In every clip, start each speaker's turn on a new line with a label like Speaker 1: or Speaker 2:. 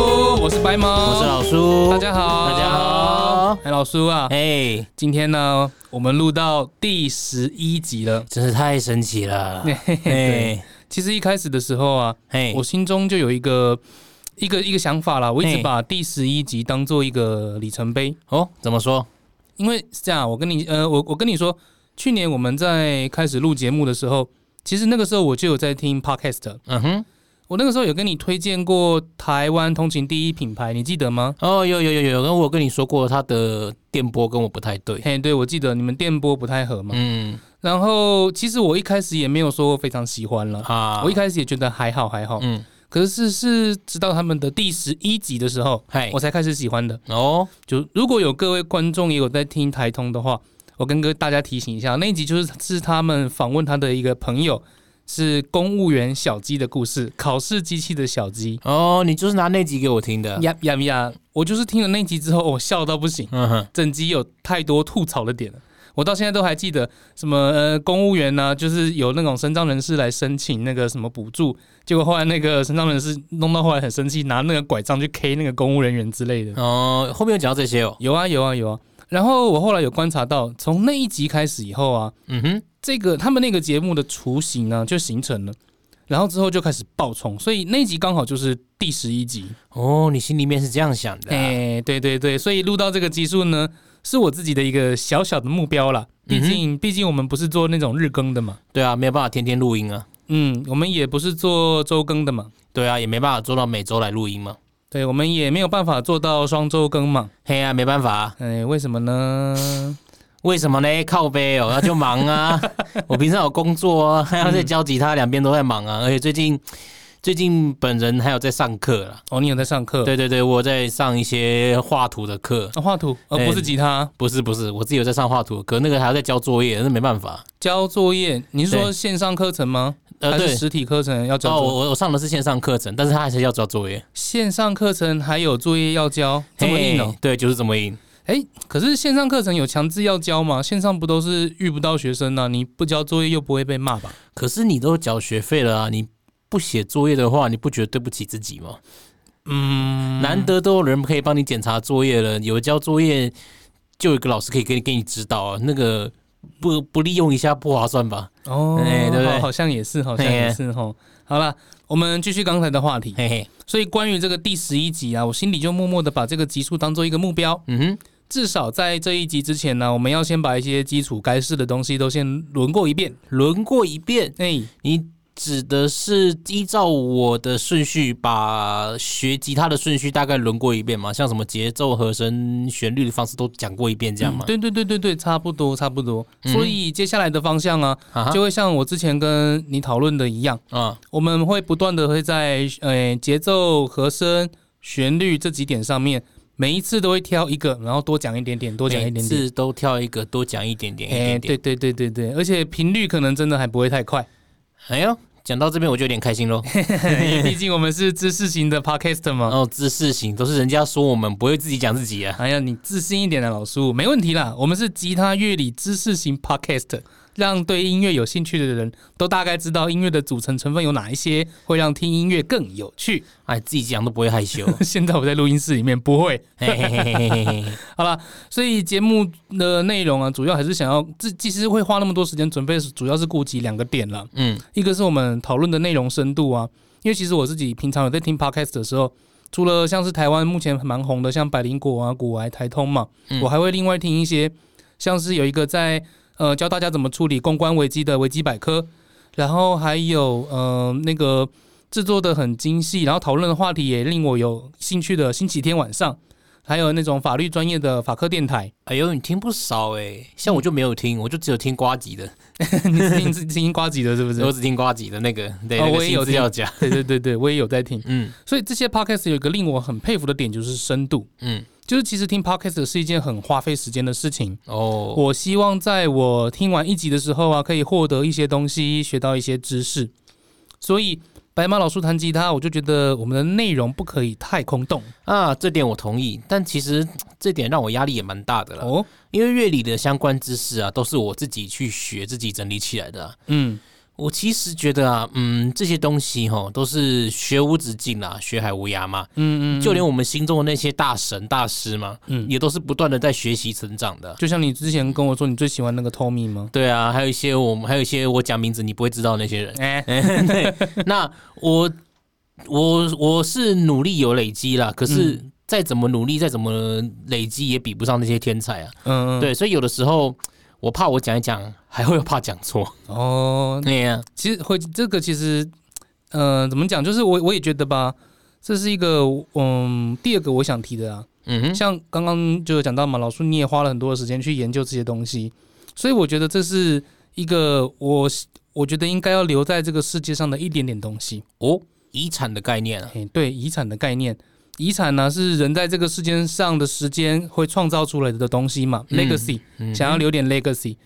Speaker 1: 猫，
Speaker 2: 我是老叔，
Speaker 1: 大家好，
Speaker 2: 大家好，
Speaker 1: 哎，老叔啊，
Speaker 2: 哎，
Speaker 1: 今天呢，我们录到第十一集了。
Speaker 2: 真是太神奇了，
Speaker 1: 对
Speaker 2: 哎
Speaker 1: 其实一开始的时候啊，
Speaker 2: 哎
Speaker 1: 我心中就有一个一个一个想法啦，我一直
Speaker 2: 嘿
Speaker 1: 把第十一集当做一个里程碑，
Speaker 2: 哦，怎么说？
Speaker 1: 因为是这样啊，我跟你呃，我我跟你说，去年我们在开始录节目的时候，其实那个时候我就有在听 podcast，
Speaker 2: 嗯哼，
Speaker 1: 我那个时候有跟你推荐过台湾通勤第一品牌，你记得吗？
Speaker 2: 哦，有有有有，跟我跟你说过，他的电波跟我不太对，
Speaker 1: 嘿，对，我记得你们电波不太合嘛。
Speaker 2: 嗯
Speaker 1: 然后其实我一开始也没有说非常喜欢了，
Speaker 2: 啊，
Speaker 1: 我一开始也觉得还好还好。
Speaker 2: 嗯，
Speaker 1: 可是是直到他们的第十一集的时候，
Speaker 2: 嗨
Speaker 1: 我，才开始喜欢的。
Speaker 2: 哦，
Speaker 1: 就如果有各位观众也有在听台通的话，我跟各大家提醒一下，那一集就是是他们访问他的一个朋友，是公务员小鸡的故事，考试机器的小鸡。
Speaker 2: 哦，你就是拿那集给我听的，
Speaker 1: 呀呀呀！我就是听了那一集之后，我笑到不行，
Speaker 2: 嗯哼，
Speaker 1: 整集有太多吐槽的点了。我到现在都还记得什么呃，公务员呢、就是有那种身障人士来申请那个什么补助，结果后来那个身障人士弄到后来很生气，拿那个拐杖去 K 那个公务人员之类的。
Speaker 2: 哦，后面有讲到这些哦，
Speaker 1: 有啊，有啊，有啊。然后我后来有观察到，从那一集开始以后啊，
Speaker 2: 嗯哼，
Speaker 1: 这个他们那个节目的雏形呢、就形成了，然后之后就开始爆冲，所以那一集刚好就是第十一集。
Speaker 2: 哦，你心里面是这样想的啊，
Speaker 1: 哎、对对对，所以录到这个集数呢，是我自己的一个小小的目标啦。
Speaker 2: 嗯
Speaker 1: 毕竟，毕竟我们不是做那种日更的嘛，
Speaker 2: 对啊，没有办法天天录音啊，
Speaker 1: 嗯，我们也不是做周更的嘛，
Speaker 2: 对啊，也没办法做到每周来录音嘛，
Speaker 1: 对，我们也没有办法做到双周更嘛。
Speaker 2: 嘿啊，没办法啊。
Speaker 1: 哎、为什么 呢？
Speaker 2: 为什么呢？靠背 哦，那就忙啊！我平常有工作
Speaker 1: 嗯
Speaker 2: 啊，还要在教吉他，两边都在忙啊。而且最近最近本人还有在上课啦。
Speaker 1: 哦，你有在上课？，
Speaker 2: 对对对，我在上一些画图的课，
Speaker 1: 啊、画图，而、
Speaker 2: 哎
Speaker 1: 不是吉他。
Speaker 2: 不是不是，我自己有在上画图的课，那个还要在交作业，那没办法。
Speaker 1: 交作业，你是说
Speaker 2: 对
Speaker 1: 线上课程吗？
Speaker 2: 呃，
Speaker 1: 还
Speaker 2: 对
Speaker 1: 是，实体课程要交
Speaker 2: 哦，
Speaker 1: 作业？
Speaker 2: 我我我上的是线上课程，但是他还是要交作业，
Speaker 1: 线上课程还有作业要交，这么硬哦、
Speaker 2: 嘿对，就是这么硬。
Speaker 1: 哎，可是线上课程有强制要交吗？线上不都是遇不到学生呢、你不交作业又不会被骂吧？
Speaker 2: 可是你都缴学费了啊，你不写作业的话，你不觉得对不起自己吗？
Speaker 1: 嗯，
Speaker 2: 难得都有人可以帮你检查作业了，有交作业就有一个老师可以给你给你指导啊，那个不不利用一下不划算吧？
Speaker 1: 哦，
Speaker 2: 哎对不对哎
Speaker 1: 好好像也是，好像
Speaker 2: 嘿
Speaker 1: 也是哦。好了，我们继续刚才的话题。
Speaker 2: 嘿嘿，
Speaker 1: 所以关于这个第十一集啊，我心里就默默的把这个集数当做一个目标，
Speaker 2: 嗯哼，
Speaker 1: 至少在这一集之前呢，我们要先把一些基础该试的东西都先轮过一遍。
Speaker 2: 轮过一遍，
Speaker 1: 哎，
Speaker 2: 你指的是依照我的顺序把学吉他的顺序大概轮过一遍嘛？像什么节奏、和声、旋律的方式都讲过一遍这样
Speaker 1: 嗯
Speaker 2: 吗？
Speaker 1: 对对对对对，差不多差不多。
Speaker 2: 嗯
Speaker 1: 所以接下来的方向啊，
Speaker 2: 啊哈，
Speaker 1: 就会像我之前跟你讨论的一样，
Speaker 2: 啊，
Speaker 1: 我们会不断的会在呃节奏、和声、呃旋律这几点上面，每一次都会挑一个，然后多讲一点点，多讲一
Speaker 2: 每
Speaker 1: 点点。
Speaker 2: 次都挑一个，多讲一点点，一
Speaker 1: 哎，
Speaker 2: 点
Speaker 1: 对
Speaker 2: 点。
Speaker 1: 对对对对，而且频率可能真的还不会太 快，
Speaker 2: 哎呦，讲到这边我就有点 开心喽。
Speaker 1: 因为毕竟我们是知识型的 podcast
Speaker 2: 然
Speaker 1: 嘛。
Speaker 2: 后哦知识型都是人家说我们不会自己讲自己啊。
Speaker 1: 哎呀，你自信一点啊，老叔，没问题啦。我们是吉他乐理知识型 podcast，让对音乐有兴趣的人都大概知道音乐的组成成分有哪一些，会让听音乐更有趣。
Speaker 2: 哎，自己讲都不会害 羞。
Speaker 1: 现在我在录音室里面不会。
Speaker 2: 嘿嘿嘿嘿嘿嘿
Speaker 1: 好了，所以节目的内容啊，主要还是想要，这其实会花那么多时间准备，主要是顾及两个点了。
Speaker 2: 嗯，
Speaker 1: 一个是我们讨论的内容深度啊，因为其实我自己平常有在听 podcast 的时候，除了像是台湾目前蛮红的，像百灵果啊、古癌、台通嘛，
Speaker 2: 嗯
Speaker 1: 我还会另外听一些，像是有一个在呃教大家怎么处理公关危机的维基百科，然后还有呃那个制作的很精细，然后讨论的话题也令我有兴趣的星期天晚上，还有那种法律专业的法科电 台，
Speaker 2: 哎呦，你听不少哎、像我就没有听，我就只有听瓜吉的，
Speaker 1: 你是听是听瓜吉的是不是？
Speaker 2: 我只听瓜吉的那个，对，
Speaker 1: 哦
Speaker 2: 那个
Speaker 1: 我也有
Speaker 2: 新资料夹。
Speaker 1: 对对对对，我也有在听。
Speaker 2: 嗯
Speaker 1: 所以这些 podcast 有一个令我很佩服的点，就是深度。
Speaker 2: 嗯，
Speaker 1: 就是其实听 podcast 是一件很花费时间的事情。
Speaker 2: 哦，
Speaker 1: 我希望在我听完一集的时候啊，可以获得一些东西，学到一些知识。所以白马老叔弹吉他，我就觉得我们的内容不可以太空洞
Speaker 2: 啊，这点我同意，但其实这点让我压力也蛮大的了，
Speaker 1: 哦。
Speaker 2: 因为乐理的相关知识啊，都是我自己去学、自己整理起来的啊、
Speaker 1: 嗯，
Speaker 2: 我其实觉得啊，嗯，这些东西哈都是学无止境啦，学海无涯嘛。
Speaker 1: 嗯嗯，
Speaker 2: 就连我们心中的那些大神大师嘛，
Speaker 1: 嗯
Speaker 2: 也都是不断的在学习成长的。
Speaker 1: 就像你之前跟我说你最喜欢那个 Tommy 吗？
Speaker 2: 对啊，还有一些我们还有一些我讲名字你不会知道的那些人。
Speaker 1: 哎、
Speaker 2: 对，那我我我是努力有累积啦，可是
Speaker 1: 嗯
Speaker 2: 再怎么努力，再怎么累积，也比不上那些天才啊。
Speaker 1: 嗯，嗯，
Speaker 2: 对，所以有的时候我怕我讲一讲，还会怕讲错。
Speaker 1: 哦，
Speaker 2: 对呀、
Speaker 1: 其实会这个其实，呃，怎么讲？就是我我也觉得吧，这是一个嗯，第二个我想提的啊。
Speaker 2: 嗯哼，
Speaker 1: 像刚刚就有讲到嘛，老叔你也花了很多的时间去研究这些东西，所以我觉得这是一个我我觉得应该要留在这个世界上的一点点东西。
Speaker 2: 哦，遗产的概念啊，
Speaker 1: 嘿，对，遗产的概念，遗产呢、是人在这个世界上的时间会创造出来的东西嘛、
Speaker 2: 嗯
Speaker 1: l e g a c y
Speaker 2: 嗯
Speaker 1: 想要留点 legacy。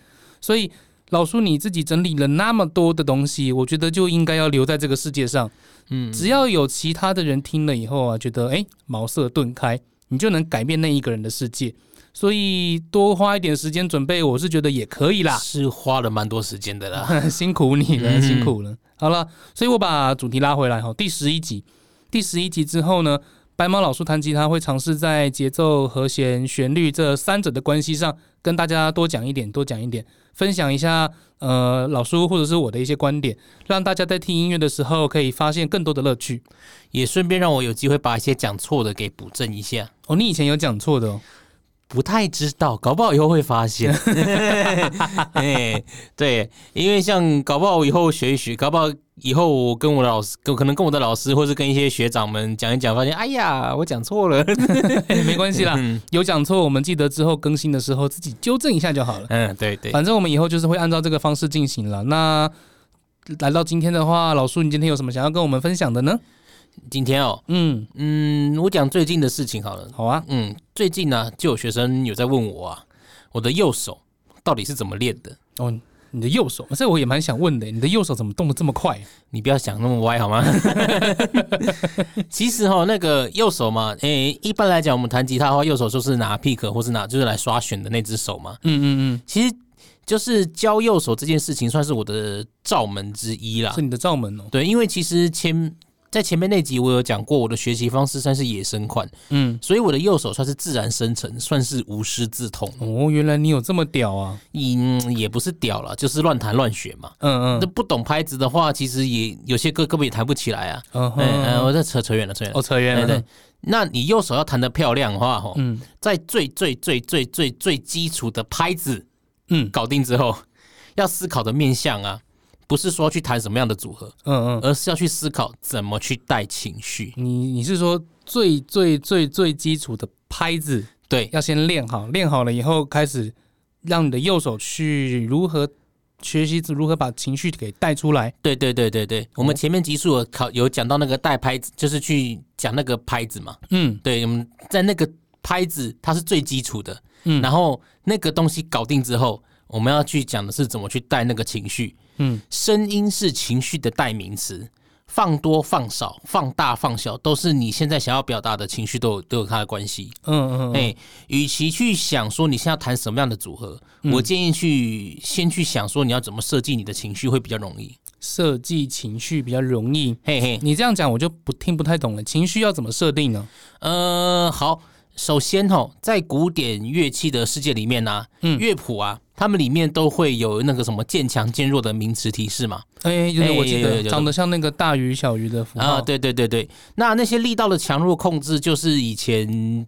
Speaker 1: 所以老叔你自己整理了那么多的东西，我觉得就应该要留在这个世界上。
Speaker 2: 嗯
Speaker 1: 只要有其他的人听了以后啊，觉得诶茅塞顿开，你就能改变那一个人的世界。所以多花一点时间准备，我是觉得也可以啦。
Speaker 2: 是花了蛮多时间的啦。
Speaker 1: 辛苦你了，
Speaker 2: 嗯
Speaker 1: 辛苦了。好了，所以我把主题拉回来哈，第十一集，第十一集之后呢，白猫老叔弹吉他会尝试在节奏、和弦、旋律这三者的关系上，跟大家多讲一点，多讲一点，分享一下呃老叔或者是我的一些观点，让大家在听音乐的时候可以发现更多的乐趣。
Speaker 2: 也顺便让我有机会把一些讲错的给补正一下。
Speaker 1: 哦，你以前有讲错的哦，
Speaker 2: 不太知道，搞不好以后会发 现。哎，对，因为像搞不好以后学一学，搞不好以后我跟我的老师，跟可能跟我的老师，或是跟一些学长们讲一讲，发现哎呀，我讲错 了。
Speaker 1: 嘿没关系啦，
Speaker 2: 嗯
Speaker 1: 有讲错我们记得之后更新的时候自己纠正一下就好了。
Speaker 2: 嗯，对对，
Speaker 1: 反正我们以后就是会按照这个方式进行了。那来到今天的话，老叔，你今天有什么想要跟我们分享的呢？
Speaker 2: 今天哦，
Speaker 1: 嗯，
Speaker 2: 嗯，我讲最近的事情好了。
Speaker 1: 好啊，
Speaker 2: 嗯，最近呢、就有学生有在问我啊，我的右手到底是怎么练的？
Speaker 1: 哦，你的右手，这我也蛮想问的，你的右手怎么动得这么快？啊
Speaker 2: 你不要想那么歪好吗？ 其实哈、那个右手嘛，诶、一般来讲，我们弹吉他的话，右手就是拿 pick 或是拿就是来刷弦的那只手嘛。
Speaker 1: 嗯嗯
Speaker 2: 其实就是教右手这件事情，算是我的罩门之一啦
Speaker 1: 是。你的罩门哦。
Speaker 2: 对，因为其实前在前面那集我有讲过，我的学习方式算是野生款，
Speaker 1: 嗯，
Speaker 2: 所以我的右手算是自然生成，算是无师自通。
Speaker 1: 哦，原来你有这么屌啊！
Speaker 2: 嗯，也不是屌了，就是乱弹乱学嘛。
Speaker 1: 嗯
Speaker 2: 那
Speaker 1: 嗯
Speaker 2: 不懂拍子的话，其实也有些歌根本也弹不起来啊。
Speaker 1: 嗯
Speaker 2: 嗯、呃，
Speaker 1: 哼，
Speaker 2: 我在扯扯远了，扯远了。哎
Speaker 1: 哦，扯远了，
Speaker 2: 对对，那你右手要弹得漂亮的话，吼，
Speaker 1: 嗯
Speaker 2: 在最最最最最最基础的拍子
Speaker 1: 嗯
Speaker 2: 搞定之后，要思考的面向啊，不是说去弹什么样的组合，
Speaker 1: 嗯嗯，
Speaker 2: 而是要去思考怎么去带情绪。
Speaker 1: 你你是说最最最最基础的拍子
Speaker 2: 对，
Speaker 1: 要先练好，练好了以后开始让你的右手去如何学习如何把情绪给带出来。
Speaker 2: 对对对对对，我
Speaker 1: 嗯
Speaker 2: 们前面集数有考有讲到那个带拍子，就是去讲那个拍子嘛。
Speaker 1: 嗯
Speaker 2: 对，我们在那个拍子它是最基础的，
Speaker 1: 嗯
Speaker 2: 然后那个东西搞定之后，我们要去讲的是怎么去带那个情绪。
Speaker 1: 嗯
Speaker 2: 声音是情绪的代名词，放多、放少、放大、放小，都是你现在想要表达的情绪都有都有它的关系。
Speaker 1: 嗯嗯，
Speaker 2: 哎、与其去想说你现在要谈什么样的组合，
Speaker 1: 嗯
Speaker 2: 我建议去先去想说你要怎么设计你的情绪会比较容易。
Speaker 1: 设计情绪比较容易。
Speaker 2: 嘿嘿，
Speaker 1: 你这样讲我就不听不太懂了，情绪要怎么设定呢？
Speaker 2: 呃，好，首先哦，在古典乐器的世界里面呢、
Speaker 1: 嗯
Speaker 2: 乐谱啊，他们里面都会有那个什么渐强渐弱的名词提示嘛。
Speaker 1: 哎，有点
Speaker 2: 哎
Speaker 1: 我记
Speaker 2: 有有
Speaker 1: 得
Speaker 2: 有有
Speaker 1: 长得像那个大鱼小鱼的符号。
Speaker 2: 啊，，对对对对，那那些力道的强弱控制，就是以前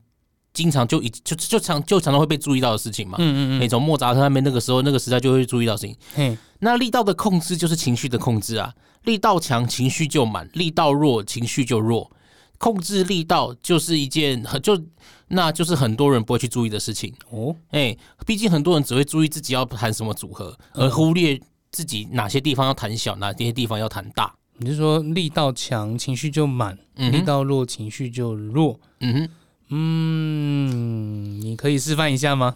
Speaker 2: 经常就一就就常就常常会被注意到的事情嘛。
Speaker 1: 嗯嗯
Speaker 2: 那、
Speaker 1: 嗯，
Speaker 2: 从莫扎特那边那个时候那个时代就会注意到的事情。
Speaker 1: 嘿，
Speaker 2: 那力道的控制就是情绪的控制啊，力道强情绪就满，力道弱情绪就弱。控制力道就是一件 很就那就是很多人不会去注意的事情。
Speaker 1: 哦，
Speaker 2: 哎、毕竟很多人只会注意自己要弹什么组合，而忽略自己哪些地方要弹小，哪些地方要弹大。
Speaker 1: 你是说力道强情绪就满，
Speaker 2: 嗯
Speaker 1: 力
Speaker 2: 哼，
Speaker 1: 道弱情绪就弱？
Speaker 2: 嗯哼。
Speaker 1: 嗯，你可以示范一下吗？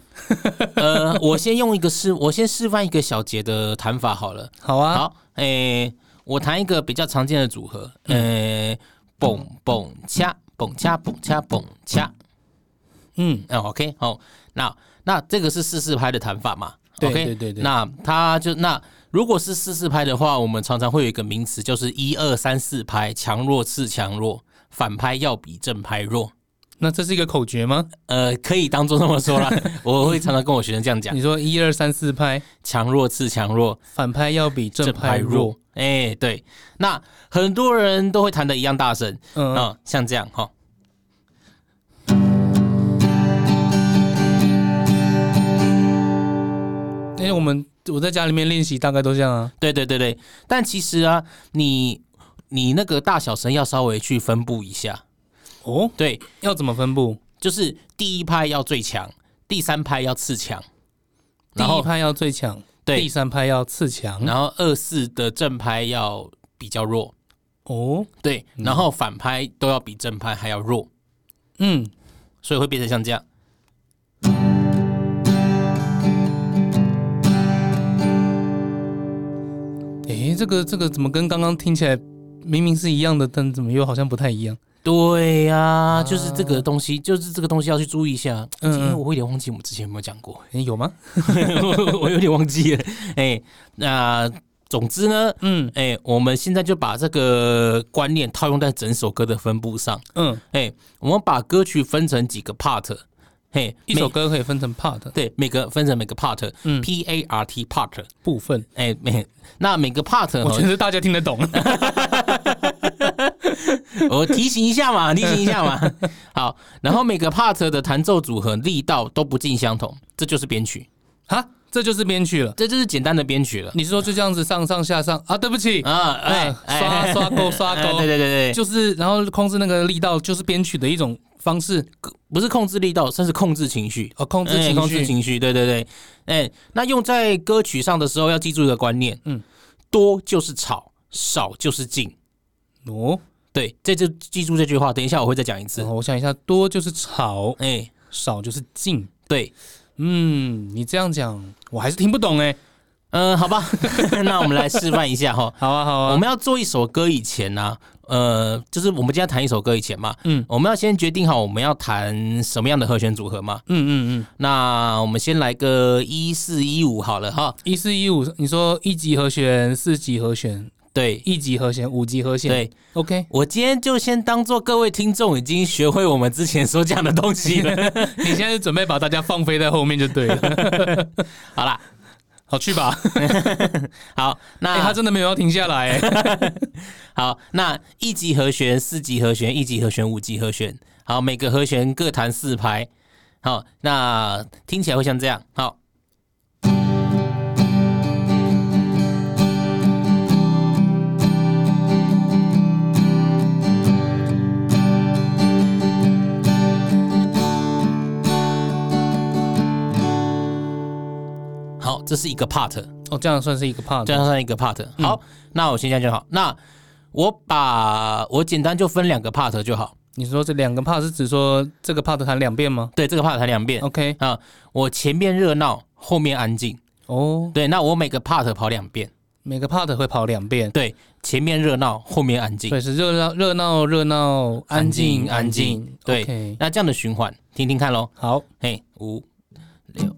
Speaker 2: 呃，我先用一个示，我先示范一个小节的弹法好了。
Speaker 1: 好啊，
Speaker 2: 好，诶、我弹一个比较常见的组合，诶、蹦蹦恰，蹦恰，蹦恰，蹦恰。
Speaker 1: 嗯，
Speaker 2: 嗯，OK，好，那那这个是四四拍的弹法嘛
Speaker 1: 对
Speaker 2: ？OK，
Speaker 1: 对对对，
Speaker 2: 那它就那如果是四四拍的话，我们常常会有一个名词，就是一二三四拍，强弱次强弱，反拍要比正拍弱。
Speaker 1: 那这是一个口诀吗？
Speaker 2: 呃，可以当做这 么说啦。我会常常跟我学生这样讲：
Speaker 1: 你说一二三四拍，
Speaker 2: 强弱次强弱，
Speaker 1: 反拍要比正拍弱。。
Speaker 2: 哎、对，那很多人都会弹的一样大声，
Speaker 1: 嗯，
Speaker 2: 嗯，像这样哈。
Speaker 1: 因哎为我们我在家里面练习大概都这样啊。
Speaker 2: 对对对对，但其实啊，你你那个大小声要稍微去分布一下。
Speaker 1: 哦，
Speaker 2: 对，
Speaker 1: 要怎么分布？
Speaker 2: 就是第一拍要最强，第三拍要次强，
Speaker 1: 第
Speaker 2: 然后
Speaker 1: 一拍要最强，第
Speaker 2: 对，
Speaker 1: 三拍要次强。
Speaker 2: 然后二四的正拍要比较弱，
Speaker 1: 哦，
Speaker 2: 对，然后反拍都要比正拍还要弱，
Speaker 1: 嗯，
Speaker 2: 所以会变成像这样。
Speaker 1: 诶，这个这个怎么跟刚刚听起来明明是一样的，但怎么又好像不太一样？
Speaker 2: 对呀、就是这个东西，就是这个东西要去注意一下。
Speaker 1: 嗯
Speaker 2: 啊嗯，因为我有点忘记我们之前有没有讲 过，
Speaker 1: 诶，有吗？
Speaker 2: 我我有点忘记了。哎，那总之呢，
Speaker 1: 嗯
Speaker 2: 哎、我们现在就把这个观念套用在整首歌的分布上。
Speaker 1: 嗯，
Speaker 2: 哎、我们把歌曲分成几个 part，嘿、
Speaker 1: 一首
Speaker 2: 每
Speaker 1: 歌可以分成 part
Speaker 2: 对每个分成每个 part，
Speaker 1: 嗯
Speaker 2: p A R T part，
Speaker 1: 部分，
Speaker 2: 哎、每那每个 part，
Speaker 1: 我
Speaker 2: 哦
Speaker 1: 觉得大家听得 懂。
Speaker 2: 哦我提醒一下 嘛，提醒一下嘛。好，然后每个 part 的弹奏组合力道都不尽相同，这就是编曲，
Speaker 1: 哈，啊这就是编曲了。
Speaker 2: 这就是简单的编曲了。
Speaker 1: 你是说就这样子上上下上啊？对不起，
Speaker 2: 啊，哎
Speaker 1: 哎，刷刷勾刷
Speaker 2: 哎
Speaker 1: 勾
Speaker 2: 对，对对对，就
Speaker 1: 就是然后控制那个力道，就是编曲的一种方式，
Speaker 2: 不是控制力道，算是控制情绪。
Speaker 1: 哦，控制
Speaker 2: 哎
Speaker 1: 情
Speaker 2: 控制
Speaker 1: 绪。
Speaker 2: 情绪，对对对，哎、那用在歌曲上的时候要记住一个观念，
Speaker 1: 嗯
Speaker 2: 嗯，多就是吵，少就是静，
Speaker 1: 哦，
Speaker 2: 对，这就记住这句话。等一下我会再讲一次，
Speaker 1: 然
Speaker 2: 哎、
Speaker 1: 后我想一下，多就是吵，少就是静。
Speaker 2: 对，
Speaker 1: 嗯，你这样讲，我还是听不懂哎。
Speaker 2: 嗯、好吧， 那我们来示范一下哈。
Speaker 1: 好啊，好
Speaker 2: 我
Speaker 1: 啊，
Speaker 2: 们要做一首歌以前呢、呃，就是我们今天要弹一首歌以前嘛，
Speaker 1: 嗯
Speaker 2: 嗯，我们要先决定好我们要弹什么样的和弦组合嘛。
Speaker 1: 嗯嗯嗯，
Speaker 2: 那我们先来个一四一五好了哈，
Speaker 1: 一四一五，你说一级和弦、四级和弦、
Speaker 2: 对
Speaker 1: 一级和弦、五级和弦，
Speaker 2: 对，
Speaker 1: ，OK，
Speaker 2: 我今天就先当做各位听众已经学会我们之前所讲的东西 了。
Speaker 1: 你现在是准备把大家放飞在后面就对 了，
Speaker 2: 好啦，
Speaker 1: 好去 吧。
Speaker 2: 好，那、
Speaker 1: 哎，他真的没有要停下 来欸，
Speaker 2: 好，那一级和弦、四级和弦、一级和弦、五级和弦，好，每个和弦各弹四拍。好，那听起来会像这样。好，好，这是一个 part。
Speaker 1: 哦，这样算是一个 part，
Speaker 2: 这样算一个 part。好，
Speaker 1: 嗯
Speaker 2: 那我先讲就好。那我把我简单就分两个 part 就好。
Speaker 1: 你说这两个 part 是指说这个 part 弹两遍吗
Speaker 2: 对，这个 part 弹两遍。
Speaker 1: ？OK，
Speaker 2: 我前面热闹，后面安静。
Speaker 1: 哦，
Speaker 2: 对，那我每个 part 跑两遍。
Speaker 1: 每个 part 会跑两遍，
Speaker 2: 对，前面热闹，后面安静。
Speaker 1: 对，是热闹热闹热闹，安静
Speaker 2: 安静
Speaker 1: 静，
Speaker 2: 对
Speaker 1: OK，
Speaker 2: 那这样的循环，听听看喽。
Speaker 1: 好，
Speaker 2: 嘿，五六。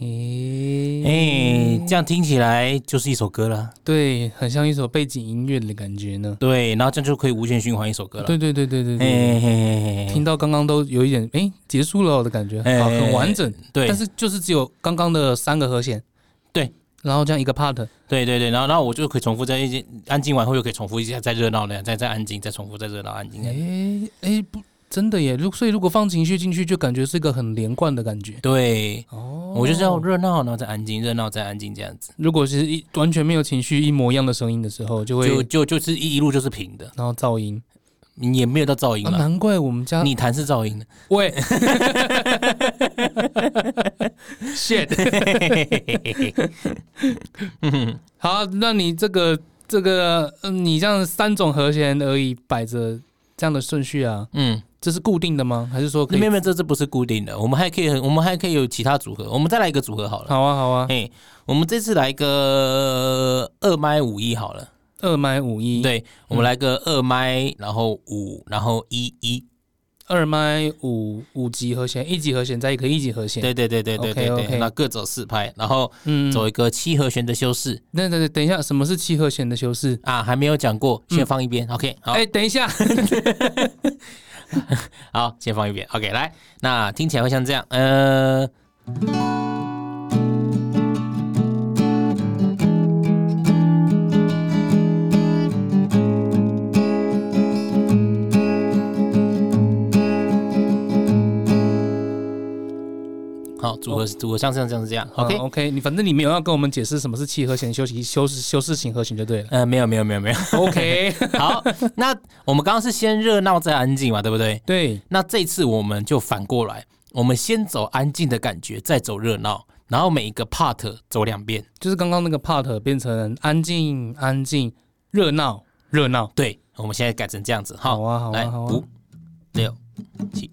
Speaker 1: 诶、
Speaker 2: 哎，这样听起来就是一首歌了。
Speaker 1: 对，很像一首背景音乐的感觉呢。
Speaker 2: 对，然后这样就可以无限循环一首歌了。
Speaker 1: 对对对对对
Speaker 2: 嘿，
Speaker 1: 对，
Speaker 2: 嘿嘿嘿嘿
Speaker 1: 听到刚刚都有一点诶，结束了的感觉，
Speaker 2: 嗯哎
Speaker 1: 好，很完整，
Speaker 2: 对
Speaker 1: 但是就是只有刚刚的三个和弦，
Speaker 2: 对，
Speaker 1: 然后这样一个 part，
Speaker 2: 对对对，然后然后我就可以重复在一些安静完后又可以重复一下，再热闹那样，再再安静，再重复，再热闹，安静。
Speaker 1: 哎哎不，真的耶！如所以如果放情绪进去，就感觉是一个很连贯的感觉。
Speaker 2: 对，
Speaker 1: 哦
Speaker 2: 我就是要热闹，然后再安静，热闹再安静这样子，
Speaker 1: 如果是一完全没有情绪一模一样的声音的时候，就会
Speaker 2: 就就就是一一路就是平的，
Speaker 1: 然后噪音、
Speaker 2: 也没有到噪音
Speaker 1: 啊，
Speaker 2: 了。
Speaker 1: 难怪我们家
Speaker 2: 你弹是噪音的，
Speaker 1: 喂，shit，好，那你这个这个，嗯，你这样三种和弦而已摆着这样的顺序啊，
Speaker 2: 嗯，
Speaker 1: 这是固定的吗？还是说可
Speaker 2: 没
Speaker 1: 以
Speaker 2: 有？没有，这这不是固定的，我们还可以，我们还可以有其他组合，我们再来一个组合好了。
Speaker 1: 好啊，好啊，
Speaker 2: 哎，我们这次来个二麦五一好了，
Speaker 1: 二麦五一，，
Speaker 2: 对，我
Speaker 1: 嗯
Speaker 2: 们来个二麦，然后五，然后一一，
Speaker 1: 二麦五五级和弦，一级和弦再一个一级和弦，
Speaker 2: 对对对对对对
Speaker 1: OK，OK
Speaker 2: 对，那各走四拍，然后
Speaker 1: 嗯，
Speaker 2: 走一个七和弦的修饰
Speaker 1: 那等等等一下，什么是七和弦的修饰？
Speaker 2: 啊，还没有讲过，
Speaker 1: 嗯
Speaker 2: 先放一边，OK，好
Speaker 1: 哎，等一下，
Speaker 2: 好，先放一边，OK，来，那听起来会像这样，呃，好，组合组合像这样，像这样，OK，。
Speaker 1: 好哦 OK，你反正你没有要跟我们解释什么是七和弦修息修饰修饰型和弦就对了
Speaker 2: 呃，没有没有没有没有，
Speaker 1: OK，
Speaker 2: 好，那我们刚刚是先热闹再安静嘛，对不 对？
Speaker 1: 对，
Speaker 2: 那这次我们就反过来，我们先走安静的感觉，再走热闹，然后每一个 part 走两遍。
Speaker 1: 就是刚刚那个 part 变成安静安静热闹热闹。
Speaker 2: 对，我们现在改成这样子哈。
Speaker 1: 好啊好
Speaker 2: 来
Speaker 1: 啊好啊
Speaker 2: 五。六七。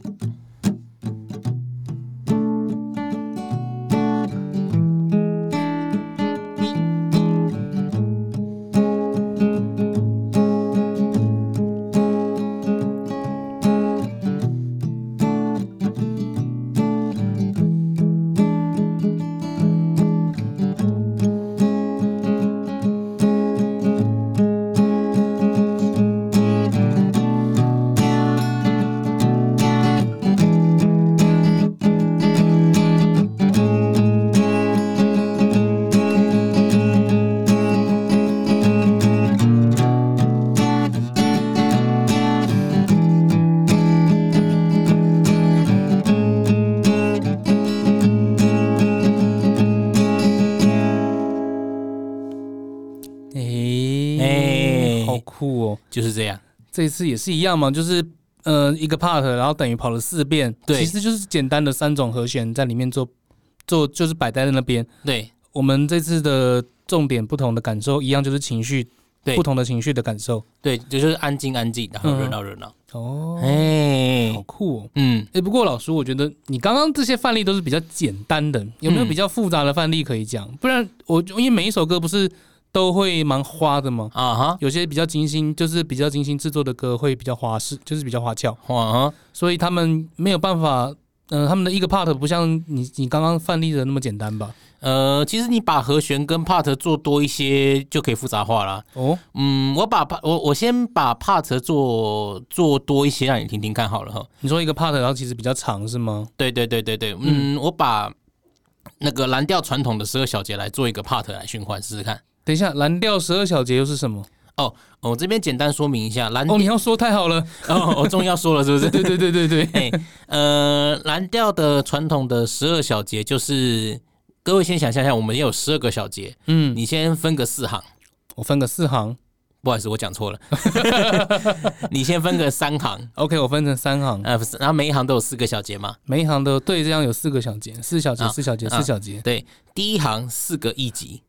Speaker 1: 诶
Speaker 2: 哎
Speaker 1: 好酷哦！
Speaker 2: 就是这样，
Speaker 1: 这一次也是一样嘛，就是呃一个 part，然后等于跑了四遍，
Speaker 2: 对
Speaker 1: 其实就是简单的三种和弦在里面做做，就是摆在那边。
Speaker 2: 对
Speaker 1: 我们这次的重点不同的感受，一样就是情绪，
Speaker 2: 对
Speaker 1: 不同的情绪的感受。
Speaker 2: 对，就是安静安静，然后热闹热闹。
Speaker 1: 哦，
Speaker 2: 哎、
Speaker 1: 好酷哦！
Speaker 2: 嗯，
Speaker 1: 哎，不过老师，我觉得你刚刚这些范例都是比较简单的，有没有
Speaker 2: 嗯
Speaker 1: 比较复杂的范例可以讲？不然我因为每一首歌不是都会蛮花的吗？
Speaker 2: 啊哈，
Speaker 1: 有些比较精心，就是比较精心制作的歌会比较花式，就是比较花俏，
Speaker 2: 哇哈，
Speaker 1: 所以他们没有办法，嗯、他们的一个 part 不像你你刚刚范例的那么简单吧？
Speaker 2: 呃，其实你把和弦跟 part 做多一些，就可以复杂化啦。
Speaker 1: 哦，
Speaker 2: 嗯，我把 part 我我先把 part 做做多一些，让你听听看好了哈。
Speaker 1: 你说一个 part，然后其实比较长是吗？
Speaker 2: 对对对对对，嗯，我把那个蓝调传统的十二小节来做一个 part 来循环试试看。
Speaker 1: 等一下，蓝调十二小节又是什么？
Speaker 2: 哦，我这边简单说明一下蓝
Speaker 1: 哦，
Speaker 2: 调
Speaker 1: 你要说太好了，
Speaker 2: 哦，我终于要说了，是不
Speaker 1: 对 对
Speaker 2: 是？
Speaker 1: 对对对对，
Speaker 2: 哎，呃，蓝调的传统的十二小节就是，各位先想象一下，我们也有十二个小节，
Speaker 1: 嗯，
Speaker 2: 你先分个四行，
Speaker 1: 我分个四行
Speaker 2: 不好意思，我讲 错了，你先分个三行，
Speaker 1: ，OK，我分成三行，
Speaker 2: 呃，不是然后每一行都有四个小节嘛，
Speaker 1: 每一行都对，这样有四个小节，四小节，
Speaker 2: 啊
Speaker 1: 四小节，
Speaker 2: 啊
Speaker 1: 四小节，
Speaker 2: 对，第一行四个一级，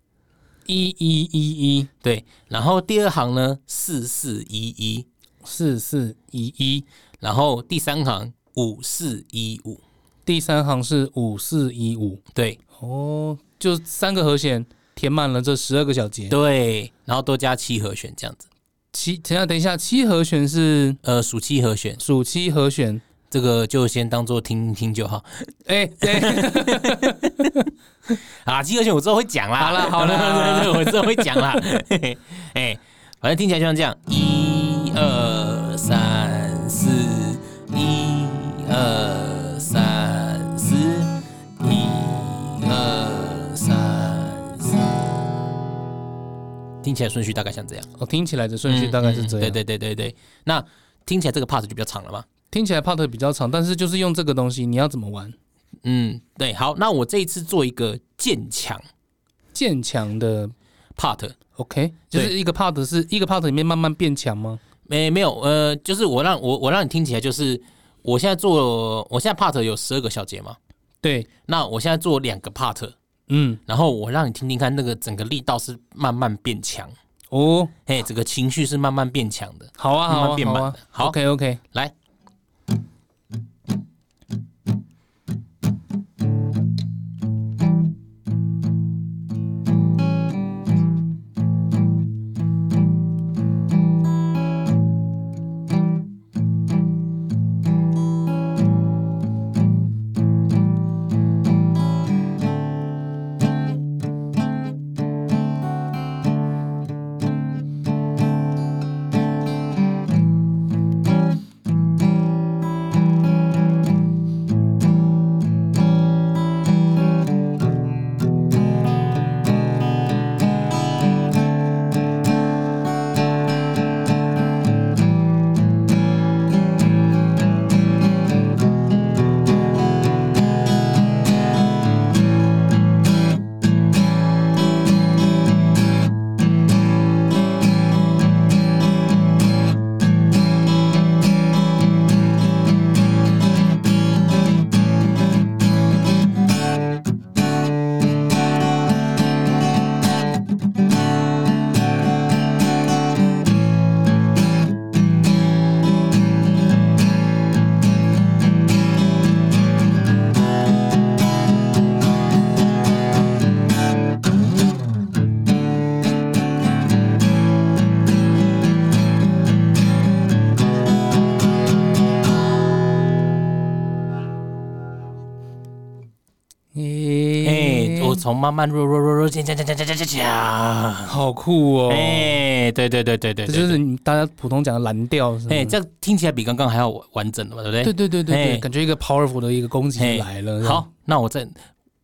Speaker 1: 一一一一
Speaker 2: 对，然后第二行呢四四一一，
Speaker 1: 四四一一，
Speaker 2: 然后第三行五四一五，
Speaker 1: 第三行是五四一五。
Speaker 2: 对
Speaker 1: 哦，就三个和弦填满了这十二个小节。
Speaker 2: 对，然后都加七和弦这样子，
Speaker 1: 七，等一下，等一下，七和弦是
Speaker 2: 呃，数七和弦，
Speaker 1: 属七和弦。
Speaker 2: 这个就先当做听听就好。
Speaker 1: 哎、 对，
Speaker 2: 啊，七和弦我之后会讲啦。
Speaker 1: 好啦好啦好啦
Speaker 2: 对我之后会讲啦。嘿嘿哎，反正听起来就像这样：一二三四，一二三四，一二三四，听起来顺序大概像这样，
Speaker 1: 哦，听起来的顺序大概是这样。
Speaker 2: 嗯对对对对对，那听起来这个 part 就比较长了嘛。
Speaker 1: 听起来 part 比较长，但是就是用这个东西，你要怎么玩？
Speaker 2: 嗯，对，好，那我这一次做一个渐强
Speaker 1: 渐强的
Speaker 2: part，
Speaker 1: OK，就是一个 part 是一个 part 里面慢慢变强吗？
Speaker 2: 没、没有，呃，就是我让我我让你听起来就是我现在做，我现在 part 有十二个小节嘛，
Speaker 1: 对，
Speaker 2: 那我现在做两个 part，
Speaker 1: 嗯，
Speaker 2: 然后我让你听听看那个整个力道是慢慢变强，
Speaker 1: 哦，
Speaker 2: 哎，整个情绪是慢慢变强的，
Speaker 1: 好啊，
Speaker 2: 慢
Speaker 1: 好
Speaker 2: 慢
Speaker 1: 啊，
Speaker 2: 变
Speaker 1: 好
Speaker 2: 慢
Speaker 1: 啊
Speaker 2: 的，好
Speaker 1: ，OK OK，
Speaker 2: 来。
Speaker 1: 诶
Speaker 2: 哎，我
Speaker 1: 哦
Speaker 2: 从慢慢弱弱弱弱渐渐渐渐渐渐渐渐，
Speaker 1: 好酷哦，
Speaker 2: 哎，对对对对
Speaker 1: 这
Speaker 2: 对，对
Speaker 1: 就是你大家普通讲的蓝调，是吗
Speaker 2: 哎，这样听起来比刚刚还要完整的嘛，对不对？
Speaker 1: 嗯对对对对
Speaker 2: 哎
Speaker 1: 对，感觉一个 powerful 的一个攻击
Speaker 2: 哎
Speaker 1: 来了，这样，
Speaker 2: 好，那我再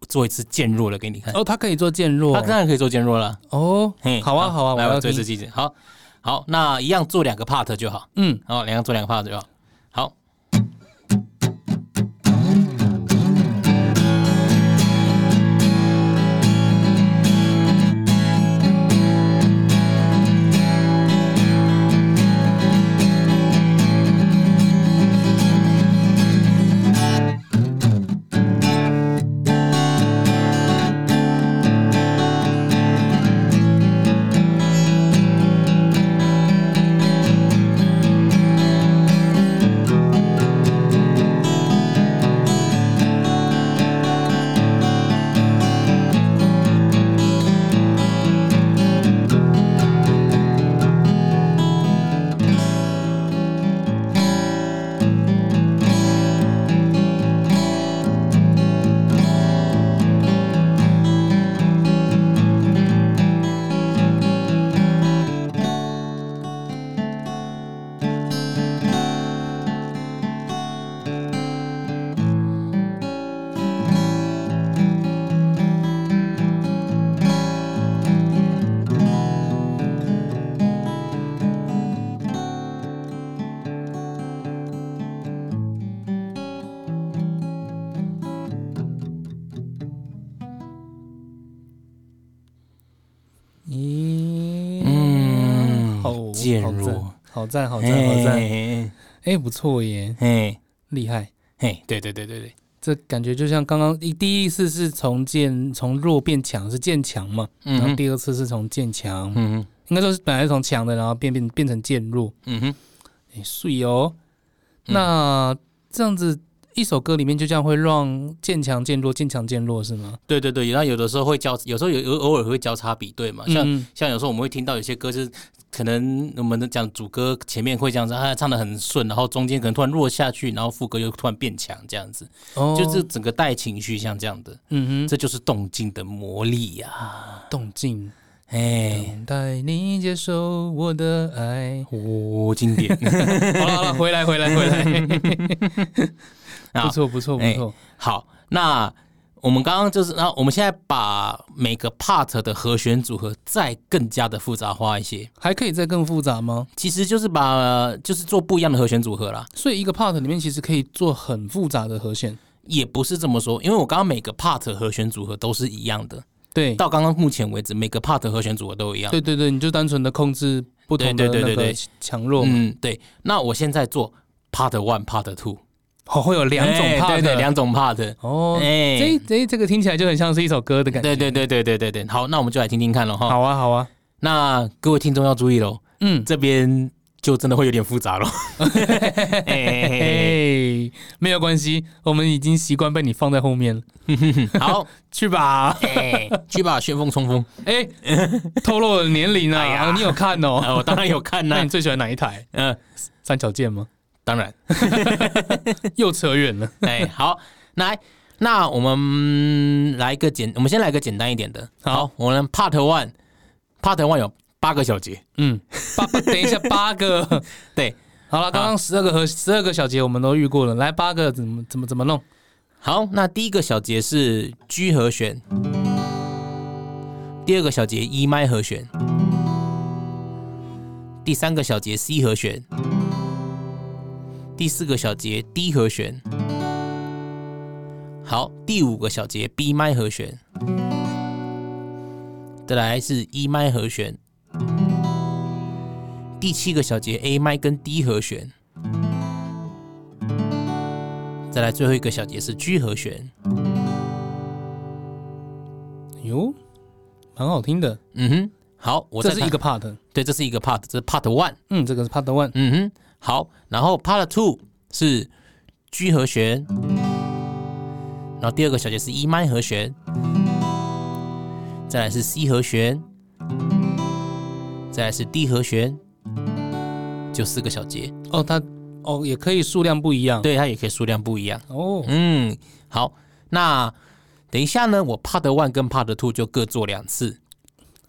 Speaker 2: 做一次渐弱了给你看。
Speaker 1: 哦，它可以做渐弱
Speaker 2: 他，当然可以做渐弱了。
Speaker 1: 哦
Speaker 2: 嘿，，
Speaker 1: 好啊好啊，我
Speaker 2: 来我
Speaker 1: 要
Speaker 2: 做
Speaker 1: 听
Speaker 2: 一，次记忆。好，好，那一样做两个 part 就好。
Speaker 1: 嗯，
Speaker 2: 好，两样做两个 part 就好。好，
Speaker 1: 咦，
Speaker 2: 嗯
Speaker 1: 好，好
Speaker 2: 渐
Speaker 1: 赞
Speaker 2: 弱，
Speaker 1: 好赞好
Speaker 2: 好
Speaker 1: 赞好赞，
Speaker 2: 嘿
Speaker 1: 哎，不错耶，
Speaker 2: 嘿
Speaker 1: 厉害。
Speaker 2: 嘿，对对对对对，
Speaker 1: 这感觉就像刚刚一第一次是从渐从弱变强是渐强嘛，
Speaker 2: 嗯
Speaker 1: 然后
Speaker 2: 哼
Speaker 1: 第二次是从渐强，
Speaker 2: 嗯哼
Speaker 1: 应该说是本来是从强的，然后变变变成渐弱，
Speaker 2: 嗯哼，
Speaker 1: 哎，碎哦。
Speaker 2: 嗯
Speaker 1: 那这样子一首歌里面就这样会让渐强渐弱渐强渐弱是吗？
Speaker 2: 对对对，然后有的时候会交，有时候有有偶尔会交叉比对嘛，像
Speaker 1: 嗯
Speaker 2: 像有时候我们会听到有些歌就是可能我们的讲主歌前面会这样子，啊，唱的很顺，然后中间可能突然弱下去，然后副歌又突然变强，这样子，
Speaker 1: 哦，
Speaker 2: 就是整个带情绪像这样的，
Speaker 1: 嗯哼，
Speaker 2: 这就是动静的魔力呀、
Speaker 1: 动静
Speaker 2: 哎，。
Speaker 1: 等待你接受我的爱
Speaker 2: 哦，经 典
Speaker 1: 好了好了，回来 回来回来，不哎
Speaker 2: 啊！
Speaker 1: 错不错不错，
Speaker 2: 好，那我们刚刚就是，然后我们现在把每个 part 的和弦组合再更加的复杂化一些，
Speaker 1: 还可以再更复杂吗？
Speaker 2: 其实就是把就是做不一样的和弦组合啦。
Speaker 1: 所以一个 part 里面其实可以做很复杂的和弦。
Speaker 2: 也不是这么说，因为我刚刚每个 part 和弦组合都是一样的，
Speaker 1: 对，
Speaker 2: 到刚刚目前为止，每个 part 和弦组合都一样。
Speaker 1: 对对对，你就单纯的控制不同的
Speaker 2: 对对对
Speaker 1: 那
Speaker 2: 对
Speaker 1: 个
Speaker 2: 对
Speaker 1: 强弱，
Speaker 2: 嗯，对。那我现在做 part one、part two，
Speaker 1: 好、哦会有两种
Speaker 2: 哎
Speaker 1: part，、
Speaker 2: 对对，两种 part。
Speaker 1: 哎哦，
Speaker 2: 哎
Speaker 1: 这这这个听起来就很像是一首歌的感觉。
Speaker 2: 对对哦对对对对对，好，那我们就来听听看了哈。
Speaker 1: 好啊好啊，
Speaker 2: 那各位听众要注意喽，
Speaker 1: 嗯，
Speaker 2: 这边就真的会有点复杂 喽。哎哎
Speaker 1: 嗯嘿
Speaker 2: 哎
Speaker 1: 没有关系，我们已经习惯被你放在后面了，
Speaker 2: 哎好，
Speaker 1: 去吧。
Speaker 2: 哎去吧，旋风冲锋。
Speaker 1: 哎、透露了年龄啊、
Speaker 2: 哎呀
Speaker 1: 啊你有看哦？
Speaker 2: 啊，我当然有看
Speaker 1: 那
Speaker 2: 啦
Speaker 1: 你。最喜欢哪一台？
Speaker 2: 嗯，
Speaker 1: 三角剑吗？
Speaker 2: 当然。
Speaker 1: 又扯远了。
Speaker 2: 哎，好，来，那我们来个简，我们先来个简单一点的。
Speaker 1: 好
Speaker 2: 好，我们 Part One，Part One 有八个小节。
Speaker 1: 嗯，八，等一下，八个。
Speaker 2: 对，
Speaker 1: 好了，刚刚十二个和十二个小节我们都遇过了，来八个怎么怎么怎么弄？
Speaker 2: 好，那第一个小节是 G 和弦，第二个小节 E 麦和弦，第三个小节 C 和弦，第四个小节 D 和弦，好，第五个小节 B 麦和弦，再来是 E 麦和弦，第七个小节 A 麦跟 D 和弦。再来最后一个小节是 G 和弦，
Speaker 1: 哟，蛮好听的。
Speaker 2: 嗯哼，好，我
Speaker 1: 这
Speaker 2: 再
Speaker 1: 是
Speaker 2: 看
Speaker 1: 一个 part。
Speaker 2: 对，这是一个 part，这是 part one，
Speaker 1: 嗯，这个是 part one。
Speaker 2: 嗯哼，好，然后 part two 是 G 和弦，然后第二个小节是 E 麦和弦，再来是 C 和弦，再来是 D 和弦，就四个小节，
Speaker 1: 哦，它哦也可以数量不一样。
Speaker 2: 对，它也可以数量不一样，
Speaker 1: 哦，
Speaker 2: 嗯，好，那等一下呢，我 part one 跟 part two 就各做两次，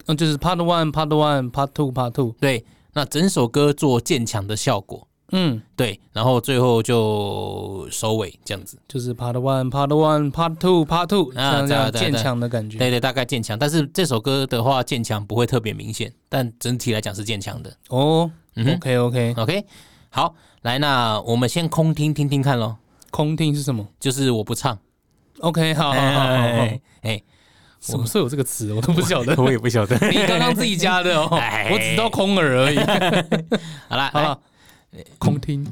Speaker 1: 嗯，就是 part one、part one、part two、part two。
Speaker 2: 对，那整首歌做渐强的效果，
Speaker 1: 嗯，
Speaker 2: 对，然后最后就收尾这样子，
Speaker 1: 就是 part one、part one、part two、part two，
Speaker 2: 啊
Speaker 1: 像这样
Speaker 2: 对啊对啊
Speaker 1: 渐强的感觉。
Speaker 2: 对对，大概渐强，但是这首歌的话渐强不会特别明显，但整体来讲是渐强的。
Speaker 1: 哦
Speaker 2: 嗯哼
Speaker 1: ，OK OK。
Speaker 2: OK，好，来，那我们先空听听听看咯，
Speaker 1: 空听是什么
Speaker 2: 就是我不唱，
Speaker 1: ？OK，好好好好好
Speaker 2: 哎。哎，
Speaker 1: 什么时候有这个词？我都不晓 得。
Speaker 2: 我也不晓得。
Speaker 1: 你刚刚自己加的哦，
Speaker 2: 哎
Speaker 1: 我只知道空耳而已。
Speaker 2: 好啦，哎
Speaker 1: 好
Speaker 2: 好
Speaker 1: 了， 空听。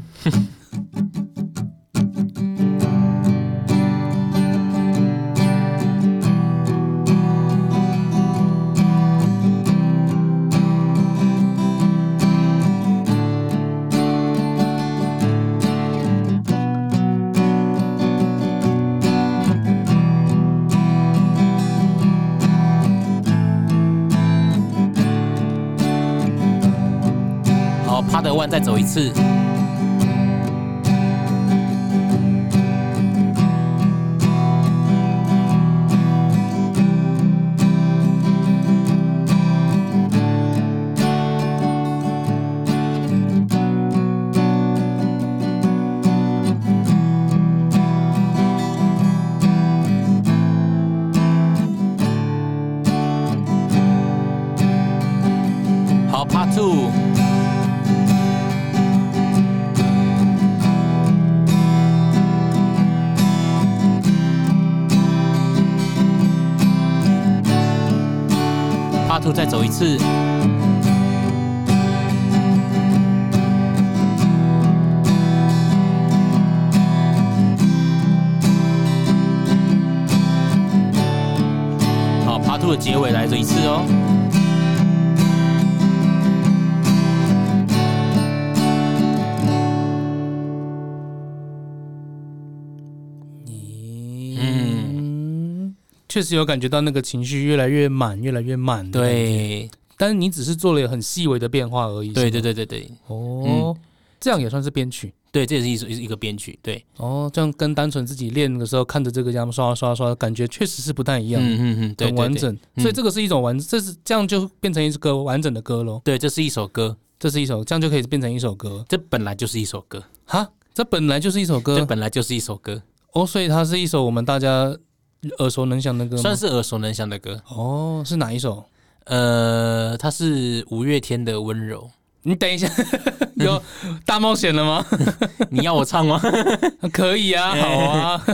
Speaker 2: 好，Part One 再走一次。好，Part Two。Part Two 再走一次。好，Part Two 的结尾来这一次哦。
Speaker 1: 嗯，确实有感觉到那个情绪越来越满，越来越满。，
Speaker 2: 对，
Speaker 1: 但是你只是做了很细微的变化而已。
Speaker 2: 对
Speaker 1: 是
Speaker 2: 对
Speaker 1: 吗，
Speaker 2: 嗯对对对
Speaker 1: 哦，这样也算是编曲。
Speaker 2: 对，这也是一首一个编曲，对，
Speaker 1: 哦，这样跟单纯自己练的时候看着这个这样刷刷刷，感觉确实是不太一样，
Speaker 2: 嗯嗯嗯，对，
Speaker 1: 很完
Speaker 2: 对，
Speaker 1: 整。
Speaker 2: 嗯
Speaker 1: 所以这个是一种完，这是这样就变成一首歌完整的歌喽。
Speaker 2: 对，对这是一首歌，
Speaker 1: 这是一首，这样就可以变成一首歌。
Speaker 2: 这本来就是一首歌，
Speaker 1: 哈，这本来就是一首歌
Speaker 2: 这。本来就是一首歌，
Speaker 1: 哦，所以它是一首我们大家耳熟能详的歌吗？
Speaker 2: 算是耳熟能详的歌。
Speaker 1: 哦，是哪一首？
Speaker 2: 呃，它是五月天的《温柔
Speaker 1: 你等一 下，有大冒险了吗？》，
Speaker 2: 你要我唱吗？
Speaker 1: 可以啊，好啊，